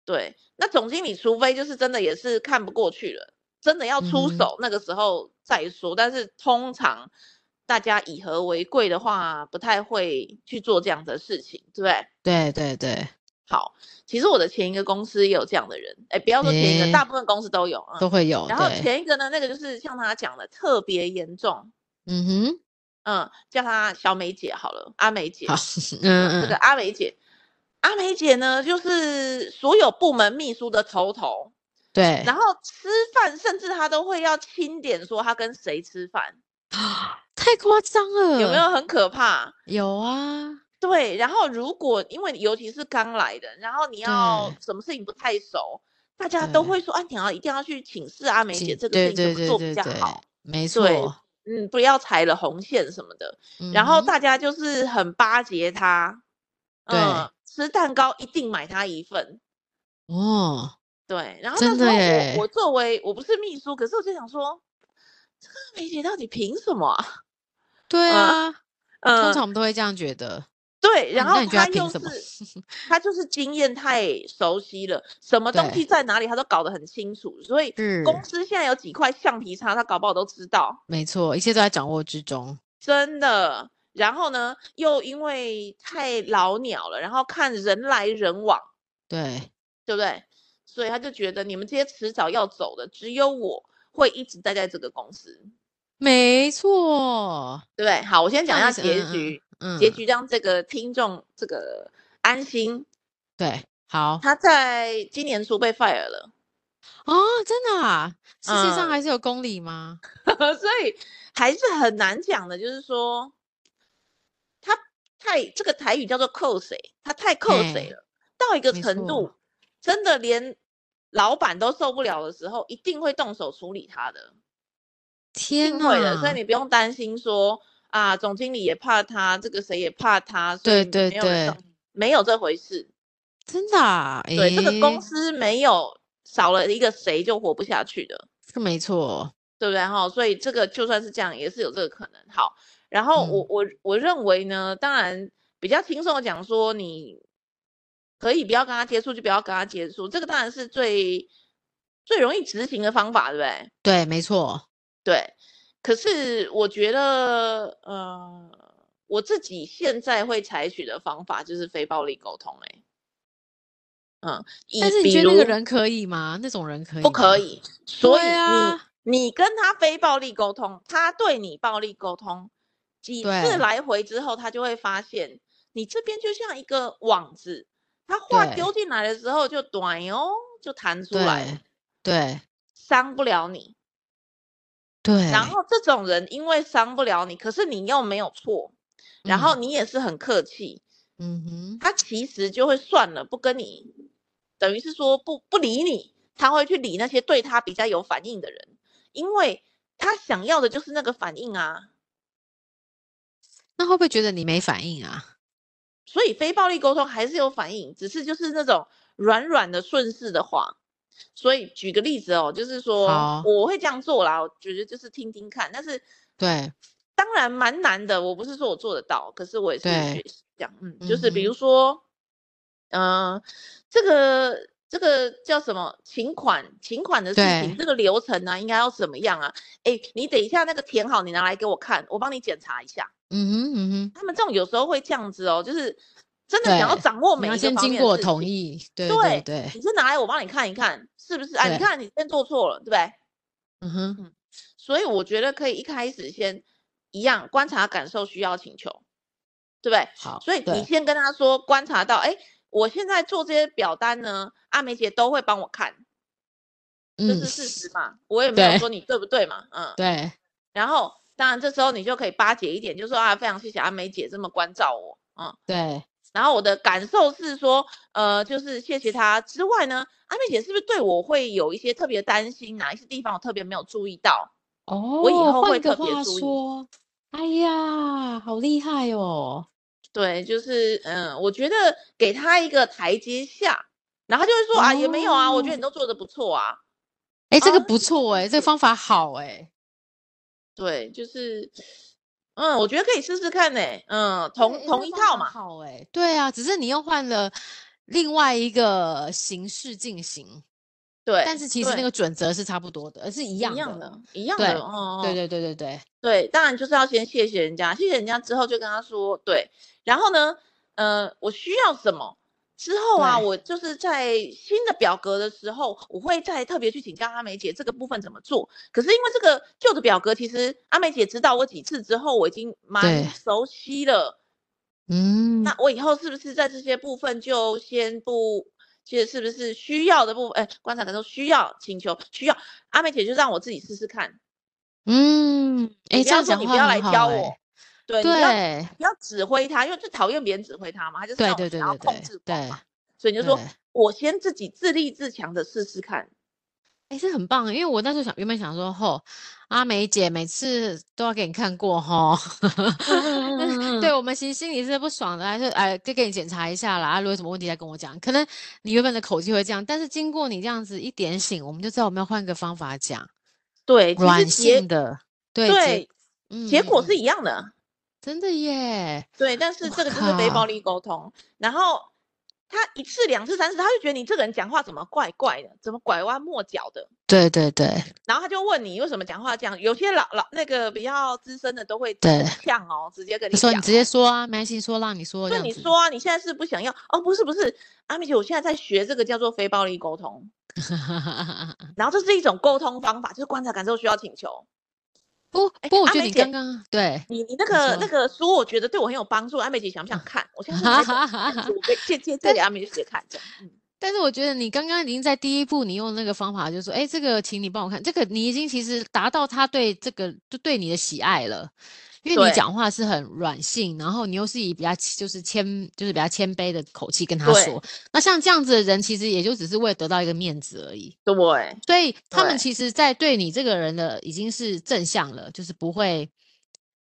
[SPEAKER 2] 对，那总经理除非就是真的也是看不过去了，真的要
[SPEAKER 1] 嗯
[SPEAKER 2] 出
[SPEAKER 1] 哼
[SPEAKER 2] 手，那个时候再说。但是通常大家以和为贵的话，不太会去做这样的事情，对不对？
[SPEAKER 1] 对对对，
[SPEAKER 2] 好，其实我的前一个公司也有这样的人，哎，不要说前一个，
[SPEAKER 1] 诶
[SPEAKER 2] 大部分公司都有啊。
[SPEAKER 1] 都会有，
[SPEAKER 2] 然后
[SPEAKER 1] 对，
[SPEAKER 2] 前一个呢，那个就是像他讲的特别严重，
[SPEAKER 1] 嗯 哼，
[SPEAKER 2] 嗯，叫她小美姐好了，阿美姐
[SPEAKER 1] 好，，
[SPEAKER 2] 这
[SPEAKER 1] 嗯
[SPEAKER 2] 个
[SPEAKER 1] 嗯，
[SPEAKER 2] 阿美姐，阿美姐呢，就是所有部门秘书的头头，
[SPEAKER 1] 对，
[SPEAKER 2] 然后吃饭甚至她都会要清点说她跟谁吃饭，
[SPEAKER 1] 太夸张了，
[SPEAKER 2] 有没有？很可怕？
[SPEAKER 1] 有啊，
[SPEAKER 2] 对，然后如果因为尤其是刚来的，然后你要
[SPEAKER 1] 对
[SPEAKER 2] 什么事情不太熟，大家都
[SPEAKER 1] 对
[SPEAKER 2] 会说啊，你要一定要去请示阿梅姐
[SPEAKER 1] 紧
[SPEAKER 2] 这个
[SPEAKER 1] 对
[SPEAKER 2] 事
[SPEAKER 1] 对
[SPEAKER 2] 情怎么
[SPEAKER 1] 对
[SPEAKER 2] 做比
[SPEAKER 1] 对
[SPEAKER 2] 较
[SPEAKER 1] 对
[SPEAKER 2] 好，，
[SPEAKER 1] 没
[SPEAKER 2] 对
[SPEAKER 1] 错，
[SPEAKER 2] 嗯，不要踩了红线什么的。然后
[SPEAKER 1] 嗯哼
[SPEAKER 2] 大家就是很巴结她，
[SPEAKER 1] 对
[SPEAKER 2] 嗯，吃蛋糕一定买她一份，
[SPEAKER 1] 哦，
[SPEAKER 2] 对，然后
[SPEAKER 1] 真
[SPEAKER 2] 那时
[SPEAKER 1] 的
[SPEAKER 2] 候
[SPEAKER 1] 耶
[SPEAKER 2] 我我作为我不是秘书，可是我就想说，这个阿梅姐到底凭什么啊？
[SPEAKER 1] 对啊，
[SPEAKER 2] 呃嗯，
[SPEAKER 1] 通常我们都会这样觉得，啊
[SPEAKER 2] 对，然
[SPEAKER 1] 那
[SPEAKER 2] 后
[SPEAKER 1] 你觉得
[SPEAKER 2] 他
[SPEAKER 1] 他凭
[SPEAKER 2] 又
[SPEAKER 1] 什么
[SPEAKER 2] 是他就是经验太熟悉了，什么东
[SPEAKER 1] 对
[SPEAKER 2] 西在哪里他都搞得很清楚，所以
[SPEAKER 1] 是，
[SPEAKER 2] 公司现在有几块橡皮擦，他搞不好都知道，
[SPEAKER 1] 没错，一切都在掌握之中，
[SPEAKER 2] 真的。然后呢，又因为太老鸟了，然后看人来人往，
[SPEAKER 1] 对，
[SPEAKER 2] 对不对？所以他就觉得你们这些迟早要走的，只有我会一直待在这个公司，
[SPEAKER 1] 没错，
[SPEAKER 2] 对不对？好，我先讲一
[SPEAKER 1] 那
[SPEAKER 2] 下
[SPEAKER 1] 你
[SPEAKER 2] 结
[SPEAKER 1] 是嗯嗯
[SPEAKER 2] 局，
[SPEAKER 1] 嗯，
[SPEAKER 2] 结局让这个听众这个安心。
[SPEAKER 1] 对，好
[SPEAKER 2] 他在今年初被 fire 了。
[SPEAKER 1] 哦，真的啊，世界上
[SPEAKER 2] 嗯
[SPEAKER 1] 还是有公理吗？
[SPEAKER 2] 所以还是很难讲的，就是说，他太这个台语叫做扣谁，他太扣谁
[SPEAKER 1] 嘿
[SPEAKER 2] 了，到一个
[SPEAKER 1] 没
[SPEAKER 2] 程度
[SPEAKER 1] 错，
[SPEAKER 2] 真的连老板都受不了的时候，一定会动手处理他的，一
[SPEAKER 1] 天
[SPEAKER 2] 定会的。所
[SPEAKER 1] 哪
[SPEAKER 2] 以你不用担心说啊，总经理也怕他，这个谁也怕他，所
[SPEAKER 1] 对
[SPEAKER 2] 以
[SPEAKER 1] 对
[SPEAKER 2] 没有人
[SPEAKER 1] 对
[SPEAKER 2] 动没有这回事。
[SPEAKER 1] 真的啊，
[SPEAKER 2] 对，这个
[SPEAKER 1] 诶
[SPEAKER 2] 公司没有少了一个谁就活不下去的。
[SPEAKER 1] 是没错，
[SPEAKER 2] 对不对哈？所以这个就算是这样，也是有这个可能。好，然后我、
[SPEAKER 1] 嗯
[SPEAKER 2] 我我认为呢，当然比较轻松的讲说，你可以不要跟他接触，就不要跟他接触，这个当然是最最容易执行的方法，对不对？
[SPEAKER 1] 对，没错，
[SPEAKER 2] 对。可是我觉得，呃，我自己现在会采取的方法就是非暴力沟通、欸，哎，嗯，以
[SPEAKER 1] 但是你
[SPEAKER 2] 比
[SPEAKER 1] 觉得那个
[SPEAKER 2] 如
[SPEAKER 1] 人可以吗？那种人可以
[SPEAKER 2] 不可
[SPEAKER 1] 吗？
[SPEAKER 2] 以。所以
[SPEAKER 1] 对
[SPEAKER 2] 你、
[SPEAKER 1] 啊
[SPEAKER 2] 你跟他非暴力沟通，他对你暴力沟通几
[SPEAKER 1] 对
[SPEAKER 2] 次来回之后，他就会发现你这边就像一个网子，他话
[SPEAKER 1] 对
[SPEAKER 2] 丢进来的时候就短哦，就弹出
[SPEAKER 1] 对
[SPEAKER 2] 来，
[SPEAKER 1] 对
[SPEAKER 2] 伤不了你。
[SPEAKER 1] 对，
[SPEAKER 2] 然后这种人因为伤不了你，可是你又没有错，然后
[SPEAKER 1] 嗯
[SPEAKER 2] 你也是很客气，
[SPEAKER 1] 嗯哼，
[SPEAKER 2] 他其实就会算了，不跟你，等于是说不不理你，他会去理那些对他比较有反应的人，因为他想要的就是那个反应啊。
[SPEAKER 1] 那会不会觉得你没反应啊？
[SPEAKER 2] 所以非暴力沟通还是有反应，只是就是那种软软的顺势的话，所以举个例子哦，就是
[SPEAKER 1] 好
[SPEAKER 2] 说我会这样做啦，我觉得就是听听看，但是
[SPEAKER 1] 对，
[SPEAKER 2] 当然蛮难的，我不是说我做得到，可是我也是
[SPEAKER 1] 对
[SPEAKER 2] 学习这样，嗯，就是比
[SPEAKER 1] 嗯
[SPEAKER 2] 如说，嗯，这个这个叫什么请款，请款的事
[SPEAKER 1] 对
[SPEAKER 2] 情，这个流程呢、应该要怎么样啊？哎，你等一下那个填好，你拿来给我看，我帮你检查一下。
[SPEAKER 1] 嗯哼嗯哼，
[SPEAKER 2] 他们这种有时候会这样子哦，就是真的想要
[SPEAKER 1] 对
[SPEAKER 2] 掌握
[SPEAKER 1] 你
[SPEAKER 2] 每一
[SPEAKER 1] 要
[SPEAKER 2] 个
[SPEAKER 1] 先
[SPEAKER 2] 方
[SPEAKER 1] 经
[SPEAKER 2] 面
[SPEAKER 1] 过我
[SPEAKER 2] 的事
[SPEAKER 1] 同
[SPEAKER 2] 情
[SPEAKER 1] 意，对对
[SPEAKER 2] 对
[SPEAKER 1] 对，
[SPEAKER 2] 你是拿来我帮你看一看，是不是？哎，你
[SPEAKER 1] 对
[SPEAKER 2] 看你先做错了，对不对？
[SPEAKER 1] 嗯哼，
[SPEAKER 2] 所以我觉得可以一开始先一样观察、感受、需要、请求，对不对？
[SPEAKER 1] 好，
[SPEAKER 2] 所以你
[SPEAKER 1] 对
[SPEAKER 2] 先跟他说，观察到，哎，我现在做这些表单呢，阿梅姐都会帮我看，这
[SPEAKER 1] 嗯
[SPEAKER 2] 是事实嘛，我也没有
[SPEAKER 1] 对
[SPEAKER 2] 说你对不对嘛，嗯。
[SPEAKER 1] 对
[SPEAKER 2] 然后，当然这时候你就可以巴结一点，就说啊，非常谢谢阿梅姐这么关照我，嗯。
[SPEAKER 1] 对
[SPEAKER 2] 然后我的感受是说，呃，就是谢谢她之外呢，阿妹姐是不是对我会有一些特别担心，啊哪一些地方我特别没有注意到？
[SPEAKER 1] 哦，
[SPEAKER 2] 以后
[SPEAKER 1] 换
[SPEAKER 2] 会
[SPEAKER 1] 个
[SPEAKER 2] 特别
[SPEAKER 1] 话
[SPEAKER 2] 注意
[SPEAKER 1] 说，哎呀，好厉害哦！
[SPEAKER 2] 对，就是嗯，我觉得给她一个台阶下，然后她就会说啊，也没有啊，我
[SPEAKER 1] 哦
[SPEAKER 2] 觉得你都做的不错啊。
[SPEAKER 1] 哎，这
[SPEAKER 2] 哦
[SPEAKER 1] 个
[SPEAKER 2] 那
[SPEAKER 1] 不错哎，这个方法好哎，
[SPEAKER 2] 对，就是嗯，我觉得可以试试看呢、嗯，
[SPEAKER 1] 对
[SPEAKER 2] 同
[SPEAKER 1] 诶
[SPEAKER 2] 同
[SPEAKER 1] 这
[SPEAKER 2] 一
[SPEAKER 1] 方
[SPEAKER 2] 套
[SPEAKER 1] 法
[SPEAKER 2] 嘛，
[SPEAKER 1] 好哎，对啊，只是你又换了另外一个形式进行，
[SPEAKER 2] 对，
[SPEAKER 1] 但是其实那
[SPEAKER 2] 对
[SPEAKER 1] 个准则是差不多的，而是一
[SPEAKER 2] 一
[SPEAKER 1] 样
[SPEAKER 2] 样
[SPEAKER 1] 的。
[SPEAKER 2] 的，一样
[SPEAKER 1] 对
[SPEAKER 2] 的，哦，
[SPEAKER 1] 对对对对对，
[SPEAKER 2] 对，当然就是要先谢谢人家，谢谢人家之后就跟他说，对，然后呢，呃，我需要什么？之后啊，
[SPEAKER 1] 对
[SPEAKER 2] 我就是在新的表格的时候，我会再特别去请教阿梅姐这个部分怎么做。可是因为这个旧的表格，其实阿梅姐指导我几次之后，我已经
[SPEAKER 1] 对
[SPEAKER 2] 蛮熟悉了。
[SPEAKER 1] 嗯，
[SPEAKER 2] 那我以后是不是在这些部分就先不，其实是不是需要的部分？哎，观察感受需要请求需要，阿梅姐就让我自己试试看。
[SPEAKER 1] 嗯，哎，
[SPEAKER 2] 你
[SPEAKER 1] 这样
[SPEAKER 2] 不要说
[SPEAKER 1] 讲
[SPEAKER 2] 你
[SPEAKER 1] 话
[SPEAKER 2] 不要来
[SPEAKER 1] 很
[SPEAKER 2] 教
[SPEAKER 1] 好哎，
[SPEAKER 2] 我，对，你不要
[SPEAKER 1] 对
[SPEAKER 2] 不要指挥他，因为最讨厌别人指挥他嘛，他就是
[SPEAKER 1] 对
[SPEAKER 2] 那
[SPEAKER 1] 对
[SPEAKER 2] 种
[SPEAKER 1] 对
[SPEAKER 2] 想要
[SPEAKER 1] 对
[SPEAKER 2] 控
[SPEAKER 1] 对
[SPEAKER 2] 制狂
[SPEAKER 1] 对
[SPEAKER 2] 嘛。所以你就
[SPEAKER 1] 对
[SPEAKER 2] 说，我先自己自立自强的试试看。
[SPEAKER 1] 哎，这很棒欸，因为我那时候想，原本想说，吼、阿梅姐每次都要给你看过，吼、
[SPEAKER 2] 嗯嗯
[SPEAKER 1] 但是
[SPEAKER 2] 嗯嗯
[SPEAKER 1] 对
[SPEAKER 2] 嗯，
[SPEAKER 1] 我们其实心里是不爽的，还是哎，再给你检查一下啦，啊，如果有什么问题再跟我讲。可能你原本的口气会这样，但是经过你这样子一点醒，我们就知道我们要换个方法讲，
[SPEAKER 2] 对，其
[SPEAKER 1] 嗯
[SPEAKER 2] 实
[SPEAKER 1] 软
[SPEAKER 2] 结
[SPEAKER 1] 性的，对结
[SPEAKER 2] 对，
[SPEAKER 1] 嗯
[SPEAKER 2] 结
[SPEAKER 1] 嗯
[SPEAKER 2] 果是
[SPEAKER 1] 嗯
[SPEAKER 2] 一样的，
[SPEAKER 1] 真的耶，
[SPEAKER 2] 对，但是
[SPEAKER 1] 我
[SPEAKER 2] 这个就是非
[SPEAKER 1] 靠
[SPEAKER 2] 暴力沟通。然后他一次、两次、三次，他就觉得你这个人讲话怎么怪怪的，怎么拐弯抹角的。
[SPEAKER 1] 对对对
[SPEAKER 2] 然后他就问你为什么讲话这样，有些老老那个比较资深的都会
[SPEAKER 1] 对
[SPEAKER 2] 很，呛哦，直接跟
[SPEAKER 1] 那
[SPEAKER 2] 你
[SPEAKER 1] 时候
[SPEAKER 2] 讲
[SPEAKER 1] 你
[SPEAKER 2] 哦。
[SPEAKER 1] 直接说啊，没关系，说让你说这
[SPEAKER 2] 对，
[SPEAKER 1] 样
[SPEAKER 2] 你
[SPEAKER 1] 子，
[SPEAKER 2] 说啊，你现在是不想要哦？不是不是，阿米姐，我现在在学这个叫做非暴力沟通，
[SPEAKER 1] 嗯
[SPEAKER 2] 然后这是一种沟通方法，就是观察、感受、需要、请求。
[SPEAKER 1] 不
[SPEAKER 2] 哎
[SPEAKER 1] 不，我
[SPEAKER 2] 阿
[SPEAKER 1] 觉得
[SPEAKER 2] 梅
[SPEAKER 1] 你
[SPEAKER 2] 姐
[SPEAKER 1] 刚刚对。
[SPEAKER 2] 你你那
[SPEAKER 1] 你
[SPEAKER 2] 个
[SPEAKER 1] 说
[SPEAKER 2] 那个书，我觉得对我很有帮助。阿美姐想不想看？我现在正在找这 本书，我可以借借借给阿美姐看，这样。嗯，
[SPEAKER 1] 但是我觉得你刚刚已经在第一步，你用那个方法，就是说，哎，这个请你帮我看，这个你已经其实达到他对这个就对你的喜爱了，因为你
[SPEAKER 2] 对
[SPEAKER 1] 讲话是很软性，然后你又是以比较就是谦就是比较谦卑的口气跟他
[SPEAKER 2] 对
[SPEAKER 1] 说，那像这样子的人，其实也就只是为了得到一个面子而已。
[SPEAKER 2] 对
[SPEAKER 1] 所以他们
[SPEAKER 2] 对
[SPEAKER 1] 其实，在对你这个人的已经是正向了，就是不会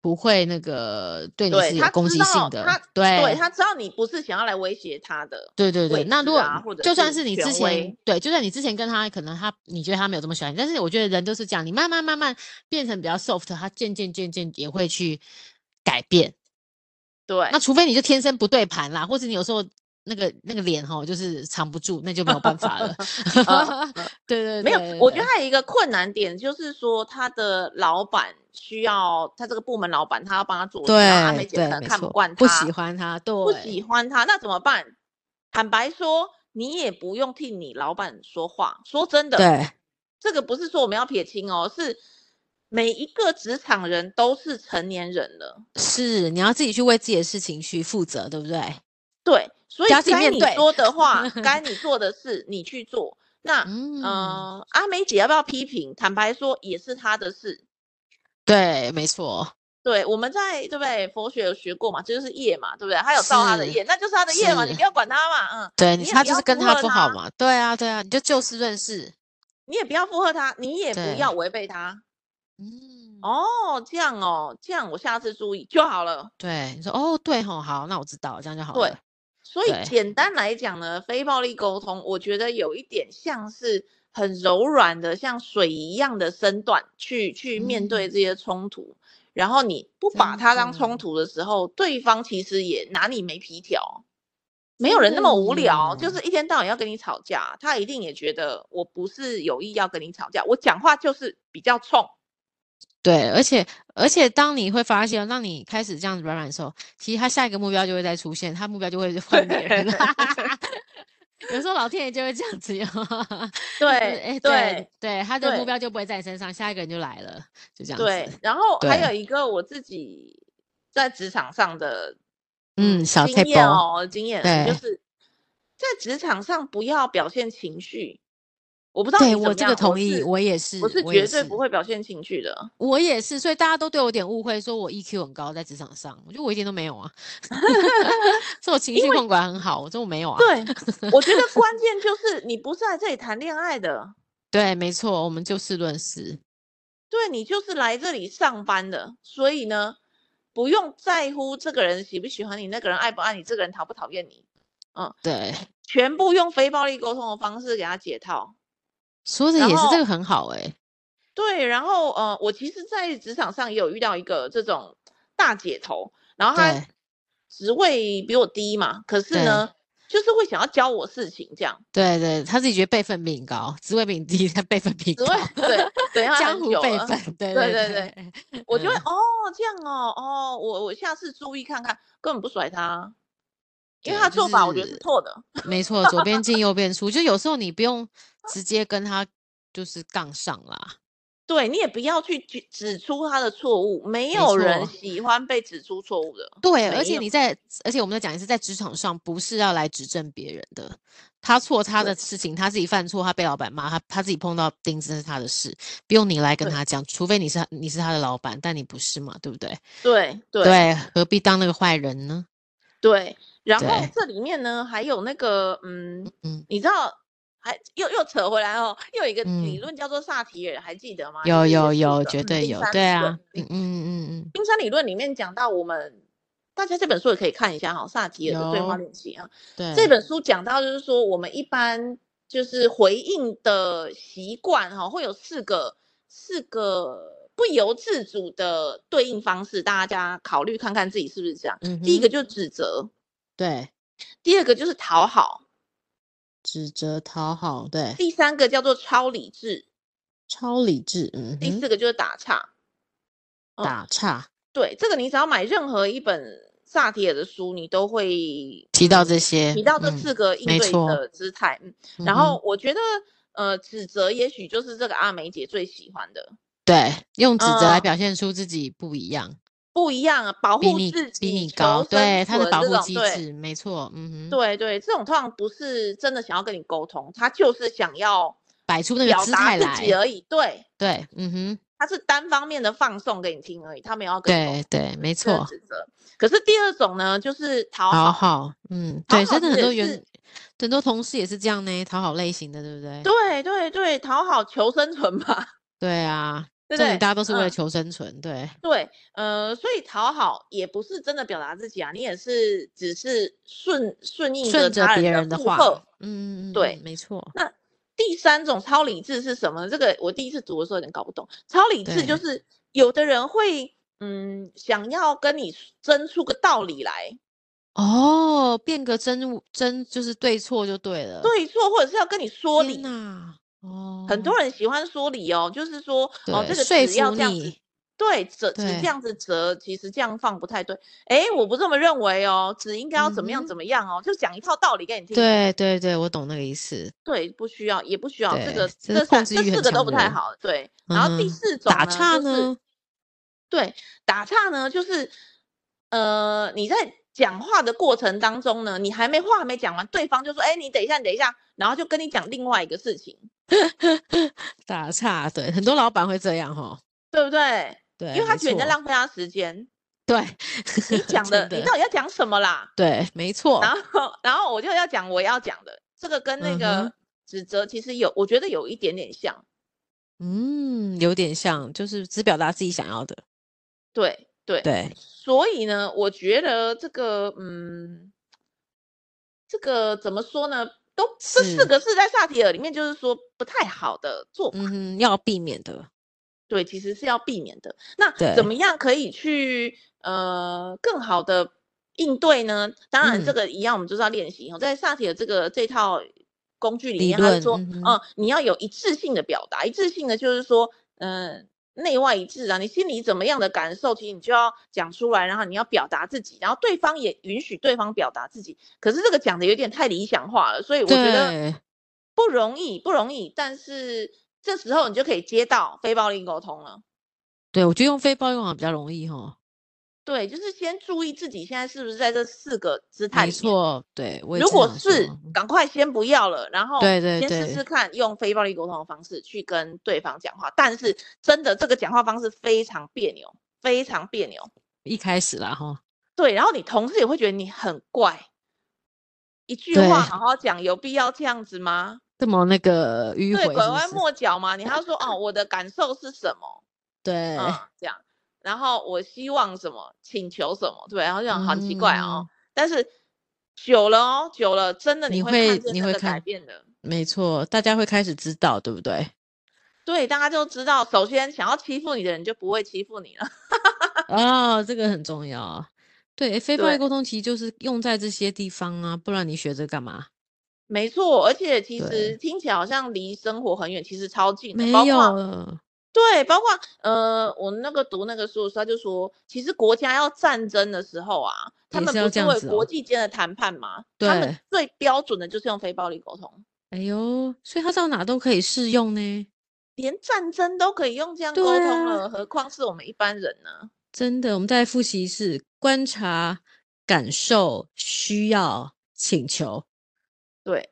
[SPEAKER 1] 不会那个对你
[SPEAKER 2] 对，
[SPEAKER 1] 是有
[SPEAKER 2] 他
[SPEAKER 1] 攻
[SPEAKER 2] 知
[SPEAKER 1] 击性
[SPEAKER 2] 道
[SPEAKER 1] 的，
[SPEAKER 2] 他
[SPEAKER 1] 对
[SPEAKER 2] 对他知道你不是想要来威胁他的，
[SPEAKER 1] 对对对，
[SPEAKER 2] 位
[SPEAKER 1] 那如
[SPEAKER 2] 置
[SPEAKER 1] 果
[SPEAKER 2] 啊或者
[SPEAKER 1] 就算
[SPEAKER 2] 是
[SPEAKER 1] 是你
[SPEAKER 2] 权
[SPEAKER 1] 之前
[SPEAKER 2] 威
[SPEAKER 1] 对，就算你之前跟他，可能他你觉得他没有这么喜欢你，但是我觉得人都是这样，你慢慢慢慢变成比较 soft，他渐渐渐渐也会去改变。
[SPEAKER 2] 对
[SPEAKER 1] 那除非你就天生不对盘啦，或者你有时候那个那个脸吼就是藏不住，那就没有办法 了。
[SPEAKER 2] 啊
[SPEAKER 1] 对 对对，
[SPEAKER 2] 没有，我觉得
[SPEAKER 1] 对
[SPEAKER 2] 还有一个困难点就是说，他的老板需要他这个部门老板，他要帮他做事，然后阿
[SPEAKER 1] 对
[SPEAKER 2] 美姐可
[SPEAKER 1] 对
[SPEAKER 2] 能
[SPEAKER 1] 没
[SPEAKER 2] 看不
[SPEAKER 1] 错，
[SPEAKER 2] 惯
[SPEAKER 1] 不
[SPEAKER 2] 他，
[SPEAKER 1] 喜欢他，对
[SPEAKER 2] 不喜欢他，那怎么办？坦白说，你也不用替你老板说话。说真的，
[SPEAKER 1] 对
[SPEAKER 2] 这个不是说我们要撇清哦，是每一个职场人都是成年人了，
[SPEAKER 1] 是你要自己去为自己的事情去负责，对不对？
[SPEAKER 2] 对，所以
[SPEAKER 1] 不要自己
[SPEAKER 2] 该
[SPEAKER 1] 面
[SPEAKER 2] 你
[SPEAKER 1] 对
[SPEAKER 2] 说的 话，该你做的事，你去做。那
[SPEAKER 1] 嗯，
[SPEAKER 2] 呃，阿美姐要不要批评？坦白说，也是她的事。
[SPEAKER 1] 对，没错，
[SPEAKER 2] 对，我们在对不对？佛学有学过嘛，这就是业嘛，对不对？他有造他的
[SPEAKER 1] 是
[SPEAKER 2] 业，那就是他的业嘛，你
[SPEAKER 1] 是
[SPEAKER 2] 不要管他嘛，嗯，
[SPEAKER 1] 对，
[SPEAKER 2] 你也
[SPEAKER 1] 他
[SPEAKER 2] 不
[SPEAKER 1] 就
[SPEAKER 2] 要
[SPEAKER 1] 是跟
[SPEAKER 2] 附
[SPEAKER 1] 他
[SPEAKER 2] 和
[SPEAKER 1] 不好
[SPEAKER 2] 他，
[SPEAKER 1] 嘛，对啊，对啊，你就就事论事，
[SPEAKER 2] 你也不要附和他，你也不
[SPEAKER 1] 对
[SPEAKER 2] 要违背他。
[SPEAKER 1] 嗯，
[SPEAKER 2] 哦，这样哦，这样我下次注意就好了。
[SPEAKER 1] 对，你说哦，对吼，好，那我知道，这样就好
[SPEAKER 2] 对
[SPEAKER 1] 了，
[SPEAKER 2] 所以
[SPEAKER 1] 对
[SPEAKER 2] 简单来讲呢，非暴力沟通，我觉得有一点像是很柔软的，像水一样的身段去去面对这些冲突。然后你不
[SPEAKER 1] 嗯
[SPEAKER 2] 把
[SPEAKER 1] 真
[SPEAKER 2] 它当
[SPEAKER 1] 的
[SPEAKER 2] 冲突的时候，对方其实也拿你没皮条。没有
[SPEAKER 1] 真
[SPEAKER 2] 人那
[SPEAKER 1] 的
[SPEAKER 2] 么无聊，就
[SPEAKER 1] 耶
[SPEAKER 2] 是一天到晚要跟你吵架，他一定也觉得我不是有意要跟你吵架，我讲话就是比较冲。
[SPEAKER 1] 对，而且而且，当你会发现，当你开始这样子软软的时候，其实他下一个目标就会再出现，他目标就会 换别人。 有时候老天爷就会这样子哟，就是
[SPEAKER 2] 对
[SPEAKER 1] 哎对对，他的
[SPEAKER 2] 对
[SPEAKER 1] 目标就不会在你身上，下一个人就来了，就这样子。
[SPEAKER 2] 对，，然后还
[SPEAKER 1] 对
[SPEAKER 2] 有一个我自己在职场上的
[SPEAKER 1] 嗯小
[SPEAKER 2] 经验
[SPEAKER 1] table
[SPEAKER 2] 哦，经验就
[SPEAKER 1] 对
[SPEAKER 2] 是在职场上不要表现情绪。我不知道
[SPEAKER 1] 对
[SPEAKER 2] 你怎么
[SPEAKER 1] 我这个
[SPEAKER 2] 样
[SPEAKER 1] 同意，
[SPEAKER 2] 是
[SPEAKER 1] 我也是，
[SPEAKER 2] 我是
[SPEAKER 1] 也
[SPEAKER 2] 绝对
[SPEAKER 1] 是
[SPEAKER 2] 不会表现情绪的。
[SPEAKER 1] 我也是，所以大家都对我有点误会，说我 EQ 很高，在职场上，我觉得我一点都没有 啊， 是我情绪控管很好，我说我没有啊。
[SPEAKER 2] 对，我觉得关键就是你不是来这里谈恋爱的，
[SPEAKER 1] 对，没错，我们就事论事。
[SPEAKER 2] 对你就是来这里上班的，所以呢，不用在乎这个人喜不喜欢你，那个人爱不爱你，这个人讨不讨厌你，
[SPEAKER 1] 对，
[SPEAKER 2] 全部用非暴力沟通的方式给他解套。
[SPEAKER 1] 说的
[SPEAKER 2] 然
[SPEAKER 1] 也是，
[SPEAKER 2] 后
[SPEAKER 1] 这个很好哎、
[SPEAKER 2] 对，然后呃，我其实，在职场上也有遇到一个这种大姐头，然后她
[SPEAKER 1] 对
[SPEAKER 2] 职位比我低嘛，可是呢，就是会想要教我事情这样，
[SPEAKER 1] 对对，他自己觉得辈分比你高，职位比你低，但辈分比你
[SPEAKER 2] 职
[SPEAKER 1] 高
[SPEAKER 2] 位，对，等一下
[SPEAKER 1] 哦江
[SPEAKER 2] 很
[SPEAKER 1] 湖
[SPEAKER 2] 久
[SPEAKER 1] 辈
[SPEAKER 2] 了
[SPEAKER 1] 分，嗯对
[SPEAKER 2] 对
[SPEAKER 1] 对
[SPEAKER 2] 对我就会、哦这样哦哦，我我下次注意看看，根本不甩他，因为
[SPEAKER 1] 对
[SPEAKER 2] 他
[SPEAKER 1] 就
[SPEAKER 2] 做法我觉得
[SPEAKER 1] 是
[SPEAKER 2] 是错的，
[SPEAKER 1] 没错，左边进右边出，就有时候你不用直接跟他就是杠上啦，
[SPEAKER 2] 对你也不要去指指出他的错误，没
[SPEAKER 1] 没
[SPEAKER 2] 有人
[SPEAKER 1] 错
[SPEAKER 2] 喜欢被指出错误的，
[SPEAKER 1] 对，而
[SPEAKER 2] 没
[SPEAKER 1] 且
[SPEAKER 2] 有
[SPEAKER 1] 你在，而且我们再讲一次，在职场上不是要来指正别人的，他错他的
[SPEAKER 2] 对
[SPEAKER 1] 事情，他自己犯错，他被老板骂，他他自己碰到钉子那是他的事，不用你来跟
[SPEAKER 2] 对
[SPEAKER 1] 他讲，除非你是他你是他的老板，但你不是嘛，对不对？
[SPEAKER 2] 对对。
[SPEAKER 1] 何必当那个坏人呢？
[SPEAKER 2] 对，然后
[SPEAKER 1] 对
[SPEAKER 2] 这里面呢还有那个，嗯，
[SPEAKER 1] 嗯，
[SPEAKER 2] 你知道，还又又扯回来哦，又有一个理
[SPEAKER 1] 嗯
[SPEAKER 2] 论叫做萨提尔，还记得吗？
[SPEAKER 1] 有
[SPEAKER 2] 就是
[SPEAKER 1] 有
[SPEAKER 2] 耶稣
[SPEAKER 1] 有，
[SPEAKER 2] 的
[SPEAKER 1] 绝
[SPEAKER 2] 嗯
[SPEAKER 1] 对
[SPEAKER 2] 冰
[SPEAKER 1] 有，
[SPEAKER 2] 山
[SPEAKER 1] 对
[SPEAKER 2] 理
[SPEAKER 1] 啊
[SPEAKER 2] 论，
[SPEAKER 1] 嗯嗯嗯
[SPEAKER 2] 冰山理论里面讲到我们。大家这本书也可以看一下哈、萨提尔的对话
[SPEAKER 1] 有
[SPEAKER 2] 练习啊。
[SPEAKER 1] 嗯，
[SPEAKER 2] 这
[SPEAKER 1] 对，
[SPEAKER 2] 本书讲到就是说，我们一般就是回应的习惯哈、会有四个四个不由自主的对应方式，大家考虑看看自己是不是这样。
[SPEAKER 1] 嗯
[SPEAKER 2] 第一个
[SPEAKER 1] 哼
[SPEAKER 2] 就是指责，
[SPEAKER 1] 对，
[SPEAKER 2] 第二个就是讨好，
[SPEAKER 1] 指责讨好，对，
[SPEAKER 2] 第三个叫做超理智，
[SPEAKER 1] 超理智，嗯
[SPEAKER 2] 第
[SPEAKER 1] 哼，
[SPEAKER 2] 四个就是打岔。嗯
[SPEAKER 1] 打岔，
[SPEAKER 2] 对，这个你只要买任何一本萨提尔的书，你都会
[SPEAKER 1] 提到
[SPEAKER 2] 嗯
[SPEAKER 1] 这些，
[SPEAKER 2] 提到这
[SPEAKER 1] 嗯
[SPEAKER 2] 四个应
[SPEAKER 1] 没
[SPEAKER 2] 对
[SPEAKER 1] 错
[SPEAKER 2] 的姿态。嗯
[SPEAKER 1] 嗯
[SPEAKER 2] 然
[SPEAKER 1] 哼
[SPEAKER 2] 后我觉得，呃，指责也许就是这个阿梅姐最喜欢的，
[SPEAKER 1] 对，用指责来
[SPEAKER 2] 嗯
[SPEAKER 1] 表现出自己不一样，
[SPEAKER 2] 不一样，啊保
[SPEAKER 1] 比
[SPEAKER 2] 护
[SPEAKER 1] 你
[SPEAKER 2] 自己，
[SPEAKER 1] 比你
[SPEAKER 2] 求
[SPEAKER 1] 高，
[SPEAKER 2] 生
[SPEAKER 1] 对，它的
[SPEAKER 2] 存
[SPEAKER 1] 保
[SPEAKER 2] 这
[SPEAKER 1] 护
[SPEAKER 2] 种
[SPEAKER 1] 机
[SPEAKER 2] 对
[SPEAKER 1] 制，没错，嗯哼，
[SPEAKER 2] 对对，这种通常不是真的想要跟你沟通，他就是想要
[SPEAKER 1] 摆出那个
[SPEAKER 2] 表
[SPEAKER 1] 姿
[SPEAKER 2] 达
[SPEAKER 1] 态
[SPEAKER 2] 自己
[SPEAKER 1] 来，
[SPEAKER 2] 而已。对，
[SPEAKER 1] 对，嗯哼，
[SPEAKER 2] 他是单方面的放送给你听而已，他没有要跟你沟
[SPEAKER 1] 对对，没
[SPEAKER 2] 这个
[SPEAKER 1] 错，
[SPEAKER 2] 指责。可是第二种呢，就是讨
[SPEAKER 1] 讨
[SPEAKER 2] 好。
[SPEAKER 1] 好，嗯，
[SPEAKER 2] 讨
[SPEAKER 1] 对，
[SPEAKER 2] 好
[SPEAKER 1] 真的很
[SPEAKER 2] 其实
[SPEAKER 1] 多
[SPEAKER 2] 也
[SPEAKER 1] 员
[SPEAKER 2] 是
[SPEAKER 1] 很多同事也是这样呢，讨好类型的，对不对？
[SPEAKER 2] 对对对，讨好求生存吧，
[SPEAKER 1] 对啊，
[SPEAKER 2] 对不
[SPEAKER 1] 重
[SPEAKER 2] 对？
[SPEAKER 1] 点大家都是为了
[SPEAKER 2] 嗯
[SPEAKER 1] 求生存，对，
[SPEAKER 2] 对，呃，所以讨好也不是真的表达自己啊，你也是只是顺顺应
[SPEAKER 1] 顺着
[SPEAKER 2] 他
[SPEAKER 1] 别
[SPEAKER 2] 人
[SPEAKER 1] 人的
[SPEAKER 2] 附
[SPEAKER 1] 话
[SPEAKER 2] 和。，
[SPEAKER 1] 嗯，嗯
[SPEAKER 2] 对
[SPEAKER 1] 嗯没错，
[SPEAKER 2] 那第三种超理智是什么呢？这个我第一次读的时候有点搞不懂。超理智就
[SPEAKER 1] 对
[SPEAKER 2] 是有的人会嗯想要跟你争出个道理来，
[SPEAKER 1] 哦，变个真真就是对错就对了，
[SPEAKER 2] 对错，或者是要跟你说
[SPEAKER 1] 天
[SPEAKER 2] 理。
[SPEAKER 1] 呐，哦，
[SPEAKER 2] 很多人喜欢说理哦，就是说哦，
[SPEAKER 1] 对
[SPEAKER 2] 这个
[SPEAKER 1] 说
[SPEAKER 2] 纸要
[SPEAKER 1] 服
[SPEAKER 2] 这样子
[SPEAKER 1] 你，
[SPEAKER 2] 对折纸
[SPEAKER 1] 对
[SPEAKER 2] 这样子折，其实这样放不太对。诶，我不这么认为哦，纸应该要怎么
[SPEAKER 1] 嗯
[SPEAKER 2] 样
[SPEAKER 1] 哼
[SPEAKER 2] 怎么样哦，就讲一套道理给你听。
[SPEAKER 1] 对对对，我懂那个意思。
[SPEAKER 2] 对不需要，也不需要。这
[SPEAKER 1] 对
[SPEAKER 2] 个
[SPEAKER 1] 这是
[SPEAKER 2] 这
[SPEAKER 1] 控
[SPEAKER 2] 三
[SPEAKER 1] 制
[SPEAKER 2] 这
[SPEAKER 1] 欲很
[SPEAKER 2] 四个都
[SPEAKER 1] 强
[SPEAKER 2] 不
[SPEAKER 1] 的
[SPEAKER 2] 太
[SPEAKER 1] 人
[SPEAKER 2] 好。对，然后第
[SPEAKER 1] 嗯哼
[SPEAKER 2] 四种
[SPEAKER 1] 打
[SPEAKER 2] 呢
[SPEAKER 1] 岔
[SPEAKER 2] 啊就是
[SPEAKER 1] 呢？
[SPEAKER 2] 对，打岔呢，就是呃，你在讲话的过程当中呢，你还没话还没讲完，对方就说：“哎，你等一下，你等一下。”然后就跟你讲另外一个事情，
[SPEAKER 1] 打岔，对，很多老板会这样哈。
[SPEAKER 2] 对不对？
[SPEAKER 1] 对，
[SPEAKER 2] 因为他
[SPEAKER 1] 没
[SPEAKER 2] 觉得你在
[SPEAKER 1] 错
[SPEAKER 2] 浪费他时间，
[SPEAKER 1] 对
[SPEAKER 2] 你讲
[SPEAKER 1] 真
[SPEAKER 2] 的，你到底要讲什么啦？
[SPEAKER 1] 对，没错
[SPEAKER 2] 然，后，然后我就要讲我要讲的，这个跟那
[SPEAKER 1] 嗯哼
[SPEAKER 2] 个指责其实有，我觉得有一点点像。
[SPEAKER 1] 嗯，有点像，就是只表达自己想要的。
[SPEAKER 2] 对对，
[SPEAKER 1] 对，
[SPEAKER 2] 所以呢，我觉得这个，嗯，这个怎么说呢？都这
[SPEAKER 1] 是
[SPEAKER 2] 四个字在萨提尔里面就是说不太好的做法，
[SPEAKER 1] 嗯哼，要避免的，
[SPEAKER 2] 对，其实是要避免的。那
[SPEAKER 1] 对
[SPEAKER 2] 怎么样可以去呃更好的应对呢？当然，这
[SPEAKER 1] 嗯
[SPEAKER 2] 个一样我们就是要练习哦。在萨提尔这个这套工具里
[SPEAKER 1] 理
[SPEAKER 2] 面，他是
[SPEAKER 1] 论
[SPEAKER 2] 说，
[SPEAKER 1] 嗯
[SPEAKER 2] 嗯、
[SPEAKER 1] 哼
[SPEAKER 2] 你要有一致性的表达，一致性的就是说，嗯、内外一致啊，你心里怎么样的感受，其实你就要讲出来，然后你要表达自己，然后对方也允许对方表达自己。可是这个讲的有点太理想化了，所以我觉得
[SPEAKER 1] 对
[SPEAKER 2] 不容易，不容易。但是这时候你就可以接到非暴力沟通了。
[SPEAKER 1] 对，我觉得用非暴力网比较容易哈。
[SPEAKER 2] 对，就是先注意自己现在是不是在这四个姿
[SPEAKER 1] 没
[SPEAKER 2] 态里面。
[SPEAKER 1] 错，对，我也
[SPEAKER 2] 如
[SPEAKER 1] 正
[SPEAKER 2] 果
[SPEAKER 1] 想说嗯
[SPEAKER 2] 是，赶快先不要了，然后
[SPEAKER 1] 对对
[SPEAKER 2] 先
[SPEAKER 1] 对
[SPEAKER 2] 试试看用非暴力沟通的方式去跟对方讲话。但是真的这个讲话方式非常别扭，非常别扭。
[SPEAKER 1] 一开始啦哈，
[SPEAKER 2] 对，然后你同事也会觉得你很怪。一句
[SPEAKER 1] 对
[SPEAKER 2] 话好好讲，有必要这样子吗？
[SPEAKER 1] 这么那个迂回
[SPEAKER 2] 对，
[SPEAKER 1] 是
[SPEAKER 2] 拐弯
[SPEAKER 1] 不是，
[SPEAKER 2] 抹角嘛，你还要说哦，我的感受是什么？
[SPEAKER 1] 对，
[SPEAKER 2] 嗯， 这样。然后我希望什么，请求什么，对，然后就想很奇怪哦。但是久了哦，久了真的
[SPEAKER 1] 嗯你
[SPEAKER 2] 会
[SPEAKER 1] 会
[SPEAKER 2] 看见
[SPEAKER 1] 你
[SPEAKER 2] 那
[SPEAKER 1] 会
[SPEAKER 2] 个改
[SPEAKER 1] 看
[SPEAKER 2] 变的。
[SPEAKER 1] 没错，大家会开始知道，对不对？
[SPEAKER 2] 对，大家就知道，首先想要欺负你的人就不会欺负你了。
[SPEAKER 1] 哦，这个很重要。对，非暴力
[SPEAKER 2] 对
[SPEAKER 1] 沟通其实就是用在这些地方啊，不然你学这干嘛？
[SPEAKER 2] 没错，而且其
[SPEAKER 1] 对
[SPEAKER 2] 实听起来好像离生活很远，其实超近的。
[SPEAKER 1] 没
[SPEAKER 2] 包括
[SPEAKER 1] 有，
[SPEAKER 2] 对，包括呃，我那个读那个书的时候，他就说，其实国家要战争的时候啊，他
[SPEAKER 1] 也
[SPEAKER 2] 们
[SPEAKER 1] 是要
[SPEAKER 2] 不
[SPEAKER 1] 这
[SPEAKER 2] 是
[SPEAKER 1] 样
[SPEAKER 2] 为
[SPEAKER 1] 子哦
[SPEAKER 2] 国际间的谈判吗？他们
[SPEAKER 1] 对
[SPEAKER 2] 最标准的就是用非暴力沟通。
[SPEAKER 1] 哎呦，所以它到哪都可以适用呢，
[SPEAKER 2] 连战争都可以用这样
[SPEAKER 1] 对
[SPEAKER 2] 沟通
[SPEAKER 1] 啊
[SPEAKER 2] 了，何况是我们一般人呢？
[SPEAKER 1] 真的。我们再来复习一次：观察、感受、需要、请求。
[SPEAKER 2] 对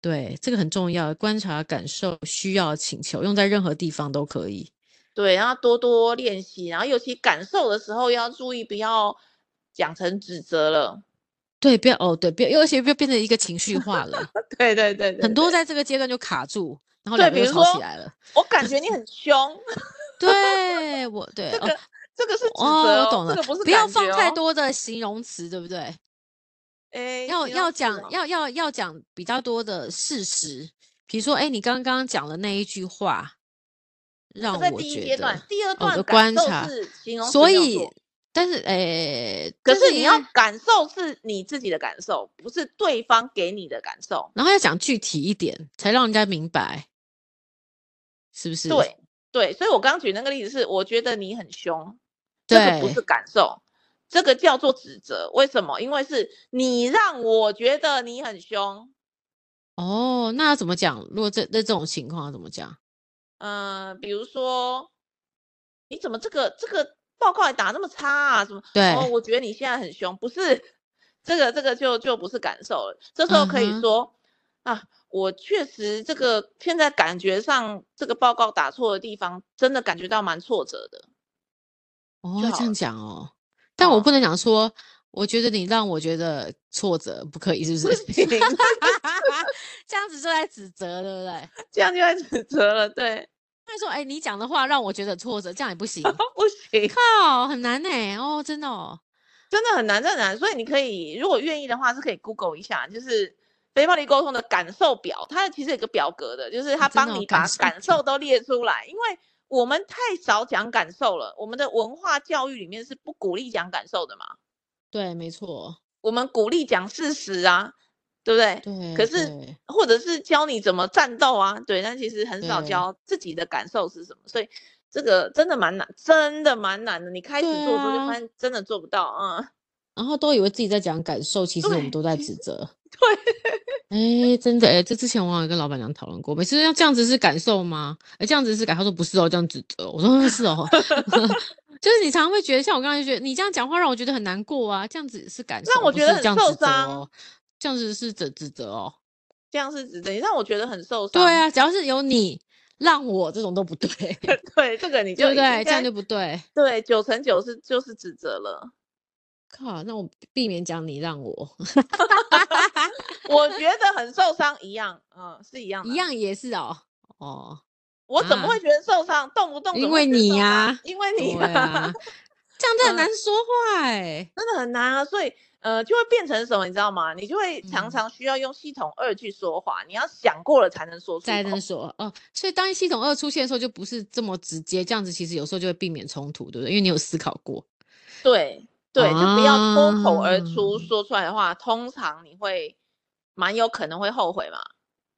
[SPEAKER 1] 对，这个很重要。观察、感受、需要、请求，用在任何地方都可以。
[SPEAKER 2] 对，然后多多练习，然后尤其感受的时候要注意，不要讲成指责了。
[SPEAKER 1] 对，不要哦，对，不要，而且不要变成一个情绪化了。
[SPEAKER 2] 对对 对对
[SPEAKER 1] 很多
[SPEAKER 2] 对
[SPEAKER 1] 在这个阶段就卡住，然后
[SPEAKER 2] 对
[SPEAKER 1] 两个
[SPEAKER 2] 比
[SPEAKER 1] 又
[SPEAKER 2] 如
[SPEAKER 1] 吵起
[SPEAKER 2] 说
[SPEAKER 1] 来了。
[SPEAKER 2] 我感觉你很凶，
[SPEAKER 1] 对，我对
[SPEAKER 2] 这
[SPEAKER 1] 哦
[SPEAKER 2] 个这个是指责、
[SPEAKER 1] 哦，我懂了，
[SPEAKER 2] 这个不是
[SPEAKER 1] 要
[SPEAKER 2] 感觉
[SPEAKER 1] 放太
[SPEAKER 2] 哦。
[SPEAKER 1] 多的形容词，对不对？
[SPEAKER 2] 哎，
[SPEAKER 1] 要
[SPEAKER 2] 形
[SPEAKER 1] 要
[SPEAKER 2] 容词
[SPEAKER 1] 讲
[SPEAKER 2] 哦
[SPEAKER 1] 要要要讲比较多的事实，比如说，哎，你刚刚讲的那一句话，让
[SPEAKER 2] 这在
[SPEAKER 1] 我
[SPEAKER 2] 第一
[SPEAKER 1] 觉
[SPEAKER 2] 阶
[SPEAKER 1] 得
[SPEAKER 2] 段，，第二
[SPEAKER 1] 哦，
[SPEAKER 2] 段
[SPEAKER 1] 的
[SPEAKER 2] 感
[SPEAKER 1] 观
[SPEAKER 2] 受
[SPEAKER 1] 察
[SPEAKER 2] 是形容词
[SPEAKER 1] 所
[SPEAKER 2] 没有
[SPEAKER 1] 以
[SPEAKER 2] 错，
[SPEAKER 1] 但是，哎，
[SPEAKER 2] 可
[SPEAKER 1] 但
[SPEAKER 2] 是你
[SPEAKER 1] 应
[SPEAKER 2] 要
[SPEAKER 1] 该
[SPEAKER 2] 感受是你自己的感受，不是对方给你的感受。
[SPEAKER 1] 然后要讲具体一点，才让人家明白，是不是？
[SPEAKER 2] 对对，所以我刚举那个例子是，我觉得你很凶，这个不
[SPEAKER 1] 对
[SPEAKER 2] 是感受，这个叫做指责。为什么？因为是你让我觉得你很凶。
[SPEAKER 1] 哦，那要怎么讲？如果这那这种情况要怎么讲？
[SPEAKER 2] 嗯、比如说，你怎么这个这个报告还打那么差啊？什么？哦，
[SPEAKER 1] 对，
[SPEAKER 2] 我觉得你现在很凶，不是这个这个就就不是感受了。这时候可
[SPEAKER 1] 嗯
[SPEAKER 2] 以
[SPEAKER 1] 哼
[SPEAKER 2] 说、啊，我确实这个现在感觉上这个报告打错的地方，真的感觉到蛮挫折的。
[SPEAKER 1] 哦，
[SPEAKER 2] 就
[SPEAKER 1] 要这
[SPEAKER 2] 好
[SPEAKER 1] 样讲哦，但我
[SPEAKER 2] 嗯
[SPEAKER 1] 不能讲说，我觉得你让我觉得挫折，不可以，是不是？
[SPEAKER 2] 不行，
[SPEAKER 1] 这样子就在指责，对不对？
[SPEAKER 2] 这样就在指责了，对，，
[SPEAKER 1] 他说，哎，你讲的话让我觉得挫折，这样也不行
[SPEAKER 2] 不行，
[SPEAKER 1] 靠，很难呢、哦，真的哦，
[SPEAKER 2] 真的很难，真的很难。所以你可以，如果愿意的话，是可以 Google 一下，就是非暴力沟通的感受表，它其实有一个表格的，就是它
[SPEAKER 1] 真的
[SPEAKER 2] 帮
[SPEAKER 1] 哦
[SPEAKER 2] 你
[SPEAKER 1] 感
[SPEAKER 2] 把
[SPEAKER 1] 受
[SPEAKER 2] 感
[SPEAKER 1] 表
[SPEAKER 2] 受都列出来，因为我们太少讲感受了，我们的文化教育里面是不鼓励讲感受的嘛，
[SPEAKER 1] 对，没错，
[SPEAKER 2] 我们鼓励讲事实啊，对不对？
[SPEAKER 1] 对，
[SPEAKER 2] 可是
[SPEAKER 1] 对
[SPEAKER 2] 或者是教你怎么战斗啊，对，但其实很少
[SPEAKER 1] 对
[SPEAKER 2] 教自己的感受是什么，所以这个真的蛮难，真的蛮难的。你开始
[SPEAKER 1] 对
[SPEAKER 2] 做之后就
[SPEAKER 1] 啊
[SPEAKER 2] 发现真的做不到啊、嗯
[SPEAKER 1] 然后都以为自己在讲感受，其实我们
[SPEAKER 2] 对
[SPEAKER 1] 都在
[SPEAKER 2] 其
[SPEAKER 1] 指责。
[SPEAKER 2] 对，
[SPEAKER 1] 哎，真的哎，这之前我好像跟老板娘讨论过，每次要这样子是感受吗？哎，这样子是感，他说不是哦，这样指责哦。我 说是哦， 就是你常常会觉得，像我刚才就觉得你这样讲话让我觉得很难过啊，这样子是感受，
[SPEAKER 2] 让我
[SPEAKER 1] 不
[SPEAKER 2] 觉得
[SPEAKER 1] 是
[SPEAKER 2] 很
[SPEAKER 1] 这样
[SPEAKER 2] 受
[SPEAKER 1] 指责
[SPEAKER 2] 伤
[SPEAKER 1] 哦，这样子是指指责哦。
[SPEAKER 2] 这样是指的，让我觉得很受
[SPEAKER 1] 对
[SPEAKER 2] 伤。
[SPEAKER 1] 啊，只要是有你让我这种都不对，对
[SPEAKER 2] 对，这个你就
[SPEAKER 1] 不
[SPEAKER 2] 已
[SPEAKER 1] 对？
[SPEAKER 2] 经
[SPEAKER 1] 这样
[SPEAKER 2] 在
[SPEAKER 1] 就不对。
[SPEAKER 2] 对九成九是就是指责了。
[SPEAKER 1] 靠，那我避免讲你让我
[SPEAKER 2] 我觉得很受伤一样，嗯，是一样的。
[SPEAKER 1] 一。样也是哦，哦，
[SPEAKER 2] 我怎么
[SPEAKER 1] 啊
[SPEAKER 2] 会觉得受伤？动不动
[SPEAKER 1] 因
[SPEAKER 2] 怎么会
[SPEAKER 1] 为
[SPEAKER 2] 觉得
[SPEAKER 1] 你
[SPEAKER 2] 受伤
[SPEAKER 1] 呀
[SPEAKER 2] 因为
[SPEAKER 1] 对
[SPEAKER 2] 你
[SPEAKER 1] 啊，这样子很
[SPEAKER 2] 嗯
[SPEAKER 1] 难说话哎。
[SPEAKER 2] 真的很难啊。所以呃，就会变成什么，你知道吗？你就会
[SPEAKER 1] 嗯
[SPEAKER 2] 常常需要用系统二去说话，你要想过了才能说出
[SPEAKER 1] 再
[SPEAKER 2] 口
[SPEAKER 1] 能。说哦，所以当系统二出现的时候，就不是这么直接，这样子其实有时候就会避免冲突，对不对？因为你有思考过，
[SPEAKER 2] 对对，就不要脱口而
[SPEAKER 1] 啊
[SPEAKER 2] 出说出来的话，通常你会蛮有可能会后悔嘛，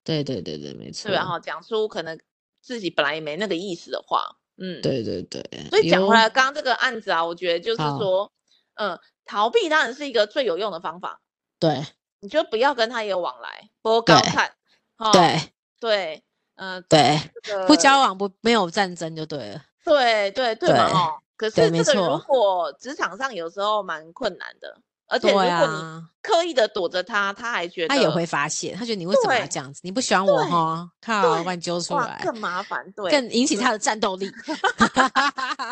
[SPEAKER 1] 对对对对，没错，
[SPEAKER 2] 对吧？啊哈，讲出可能自己本来也没那个意思的话，嗯，。
[SPEAKER 1] 对对对，
[SPEAKER 2] 所以讲
[SPEAKER 1] 有
[SPEAKER 2] 回来，刚刚这个案子啊，我觉得就是
[SPEAKER 1] 好
[SPEAKER 2] 说，嗯，逃避当然是一个最有用的方法，
[SPEAKER 1] 对
[SPEAKER 2] 你就不要跟他有往来，不高
[SPEAKER 1] 对
[SPEAKER 2] 看，哦，
[SPEAKER 1] 对
[SPEAKER 2] 对，嗯、
[SPEAKER 1] 对，
[SPEAKER 2] 这个
[SPEAKER 1] 不交往不没有战争就对了，
[SPEAKER 2] 对对对嘛
[SPEAKER 1] 对
[SPEAKER 2] 哦，可
[SPEAKER 1] 对
[SPEAKER 2] 是
[SPEAKER 1] 没
[SPEAKER 2] 这个
[SPEAKER 1] 错
[SPEAKER 2] 如果职场上有时候蛮困难的，而且
[SPEAKER 1] 对
[SPEAKER 2] 如果你
[SPEAKER 1] 啊，
[SPEAKER 2] 刻意的躲着他，他还觉得
[SPEAKER 1] 他也会发现，他觉得你为什么要
[SPEAKER 2] 对
[SPEAKER 1] 这样子？你不喜欢我
[SPEAKER 2] 对
[SPEAKER 1] 哈，靠，我
[SPEAKER 2] 对
[SPEAKER 1] 把你揪出
[SPEAKER 2] 哇
[SPEAKER 1] 来，
[SPEAKER 2] 更麻烦，对
[SPEAKER 1] 更引起
[SPEAKER 2] 是
[SPEAKER 1] 他的战斗力，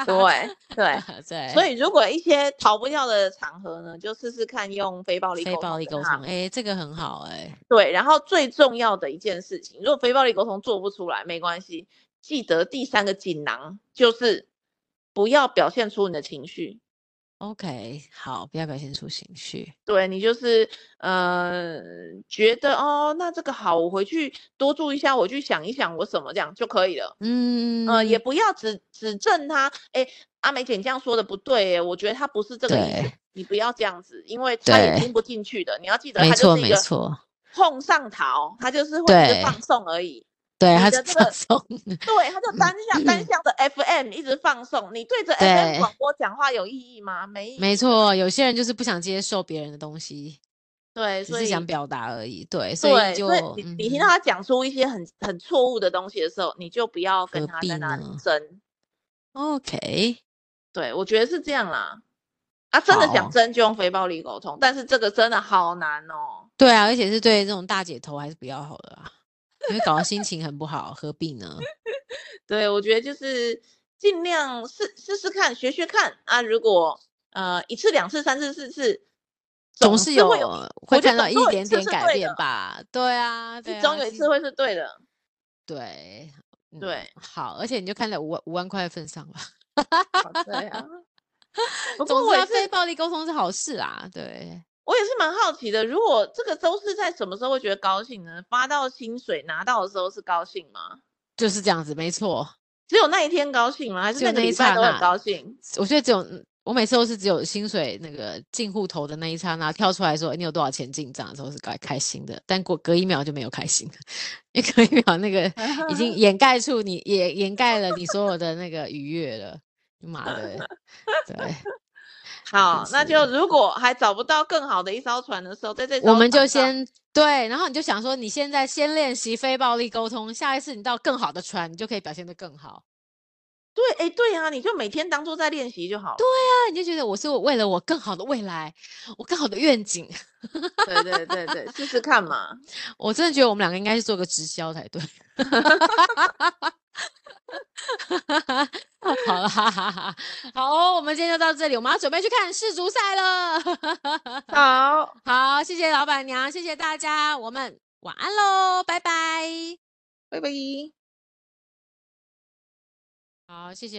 [SPEAKER 2] 对对。
[SPEAKER 1] 对，
[SPEAKER 2] 所以，如果一些逃不掉的场合呢，就试试看用非暴力
[SPEAKER 1] 非
[SPEAKER 2] 沟
[SPEAKER 1] 暴
[SPEAKER 2] 通
[SPEAKER 1] 力
[SPEAKER 2] 跟
[SPEAKER 1] 沟
[SPEAKER 2] 他
[SPEAKER 1] 通，哎，这个很好哎，
[SPEAKER 2] 对，然后最重要的一件事情，如果非暴力沟通做不出来，没关系，记得第三个锦囊就是不要表现出你的情绪。
[SPEAKER 1] OK，好，不要表现出情绪。
[SPEAKER 2] 对你就是呃，觉得哦，那这个好，我回去多注意一下，我去想一想，我什么这样就可以了。
[SPEAKER 1] 嗯，
[SPEAKER 2] 呃，也不要指指正他，哎，阿梅姐你这样说的不对耶，我觉得他不是这个意思
[SPEAKER 1] 对，
[SPEAKER 2] 你不要这样子，因为他也
[SPEAKER 1] 对
[SPEAKER 2] 听不进去的。你要记得，
[SPEAKER 1] 没
[SPEAKER 2] 他就
[SPEAKER 1] 错
[SPEAKER 2] 是一
[SPEAKER 1] 没
[SPEAKER 2] 个
[SPEAKER 1] 错，
[SPEAKER 2] 碰上逃，他就是会一
[SPEAKER 1] 对
[SPEAKER 2] 直放送而已。
[SPEAKER 1] 对，他
[SPEAKER 2] 的
[SPEAKER 1] 是
[SPEAKER 2] 这
[SPEAKER 1] 放
[SPEAKER 2] 个
[SPEAKER 1] 松，
[SPEAKER 2] 对，他就单向单向的 FM 一直放送，你对着 FM
[SPEAKER 1] 嗯对
[SPEAKER 2] 广播讲话有意义吗？没意义。
[SPEAKER 1] 没错，有些人就是不想接受别人的东西，
[SPEAKER 2] 对，
[SPEAKER 1] 只
[SPEAKER 2] 所
[SPEAKER 1] 是
[SPEAKER 2] 以
[SPEAKER 1] 想表达而已。对，所
[SPEAKER 2] 对，
[SPEAKER 1] 以就
[SPEAKER 2] 所以你你听到
[SPEAKER 1] 嗯哼
[SPEAKER 2] 他讲出一些很很错误的东西的时候，你就不要跟
[SPEAKER 1] 何
[SPEAKER 2] 他
[SPEAKER 1] 必
[SPEAKER 2] 在那里
[SPEAKER 1] 呢
[SPEAKER 2] 争。
[SPEAKER 1] OK，
[SPEAKER 2] 对，我觉得是这样啦。啊，真的
[SPEAKER 1] 好
[SPEAKER 2] 想争就用非暴力沟通，但是这个真的好难哦。
[SPEAKER 1] 对啊，而且是对这种大姐头还是不要好了啊，因为搞得心情很不好，何必 呢？
[SPEAKER 2] 对，我觉得就是尽量试试试看，学学看啊。如果呃一次、两次、三次、四次，
[SPEAKER 1] 总
[SPEAKER 2] 是
[SPEAKER 1] 是
[SPEAKER 2] 会
[SPEAKER 1] 会
[SPEAKER 2] 哦我觉
[SPEAKER 1] 看
[SPEAKER 2] 得
[SPEAKER 1] 到一
[SPEAKER 2] 总有一
[SPEAKER 1] 点
[SPEAKER 2] 次
[SPEAKER 1] 点
[SPEAKER 2] 是
[SPEAKER 1] 改
[SPEAKER 2] 对
[SPEAKER 1] 变
[SPEAKER 2] 的
[SPEAKER 1] 吧？对啊，对啊，
[SPEAKER 2] 总有一
[SPEAKER 1] 其
[SPEAKER 2] 次会是对的。
[SPEAKER 1] 对嗯
[SPEAKER 2] 对
[SPEAKER 1] 好，而且你就看在五万五万块的份上吧。
[SPEAKER 2] 哦对 啊，不
[SPEAKER 1] 总
[SPEAKER 2] 过我
[SPEAKER 1] 之
[SPEAKER 2] 也
[SPEAKER 1] 啊，
[SPEAKER 2] 是
[SPEAKER 1] 非暴力沟通是好事啦，对，
[SPEAKER 2] 我也是蛮好奇的，如果这个周是在什么时候会觉得高兴呢？发到薪水拿到的时候是高兴吗？
[SPEAKER 1] 就是这样子，没错。
[SPEAKER 2] 只有那一天高兴吗？还是
[SPEAKER 1] 只有
[SPEAKER 2] 那个
[SPEAKER 1] 那一
[SPEAKER 2] 礼拜
[SPEAKER 1] 刹
[SPEAKER 2] 都很
[SPEAKER 1] 那
[SPEAKER 2] 高兴？
[SPEAKER 1] 我觉得只有嗯我每次都是只有薪水那个进户头的那一刹那跳出来说、诶你有多少钱进账的时候是开开心的，但过隔一秒就没有开心了，因为隔一秒那个已经掩盖住你也掩盖了你所有的那个愉悦了，妈的，对，
[SPEAKER 2] 好，那就是如果还找不到更好的一艘船的时候，在这艘
[SPEAKER 1] 我们就
[SPEAKER 2] 船上
[SPEAKER 1] 先对，然后你就想说你现在先练习非暴力沟通，下一次你到更好的船，你就可以表现得更好。
[SPEAKER 2] 对，哎，对啊，你就每天当做在练习就好了。
[SPEAKER 1] 那你就觉得我是为了我更好的未来，我更好的愿景，啊
[SPEAKER 2] 对对对对，试试看 嘛。
[SPEAKER 1] 我真的觉得我们两个应该是做个直销才对。 好啦，好哦、我们今天就到这里，我们要准备去看世足赛了。
[SPEAKER 2] 好，
[SPEAKER 1] 好，谢谢老板娘，谢谢大家，我们晚安喽，拜拜。
[SPEAKER 2] 拜拜。
[SPEAKER 1] 好，谢谢。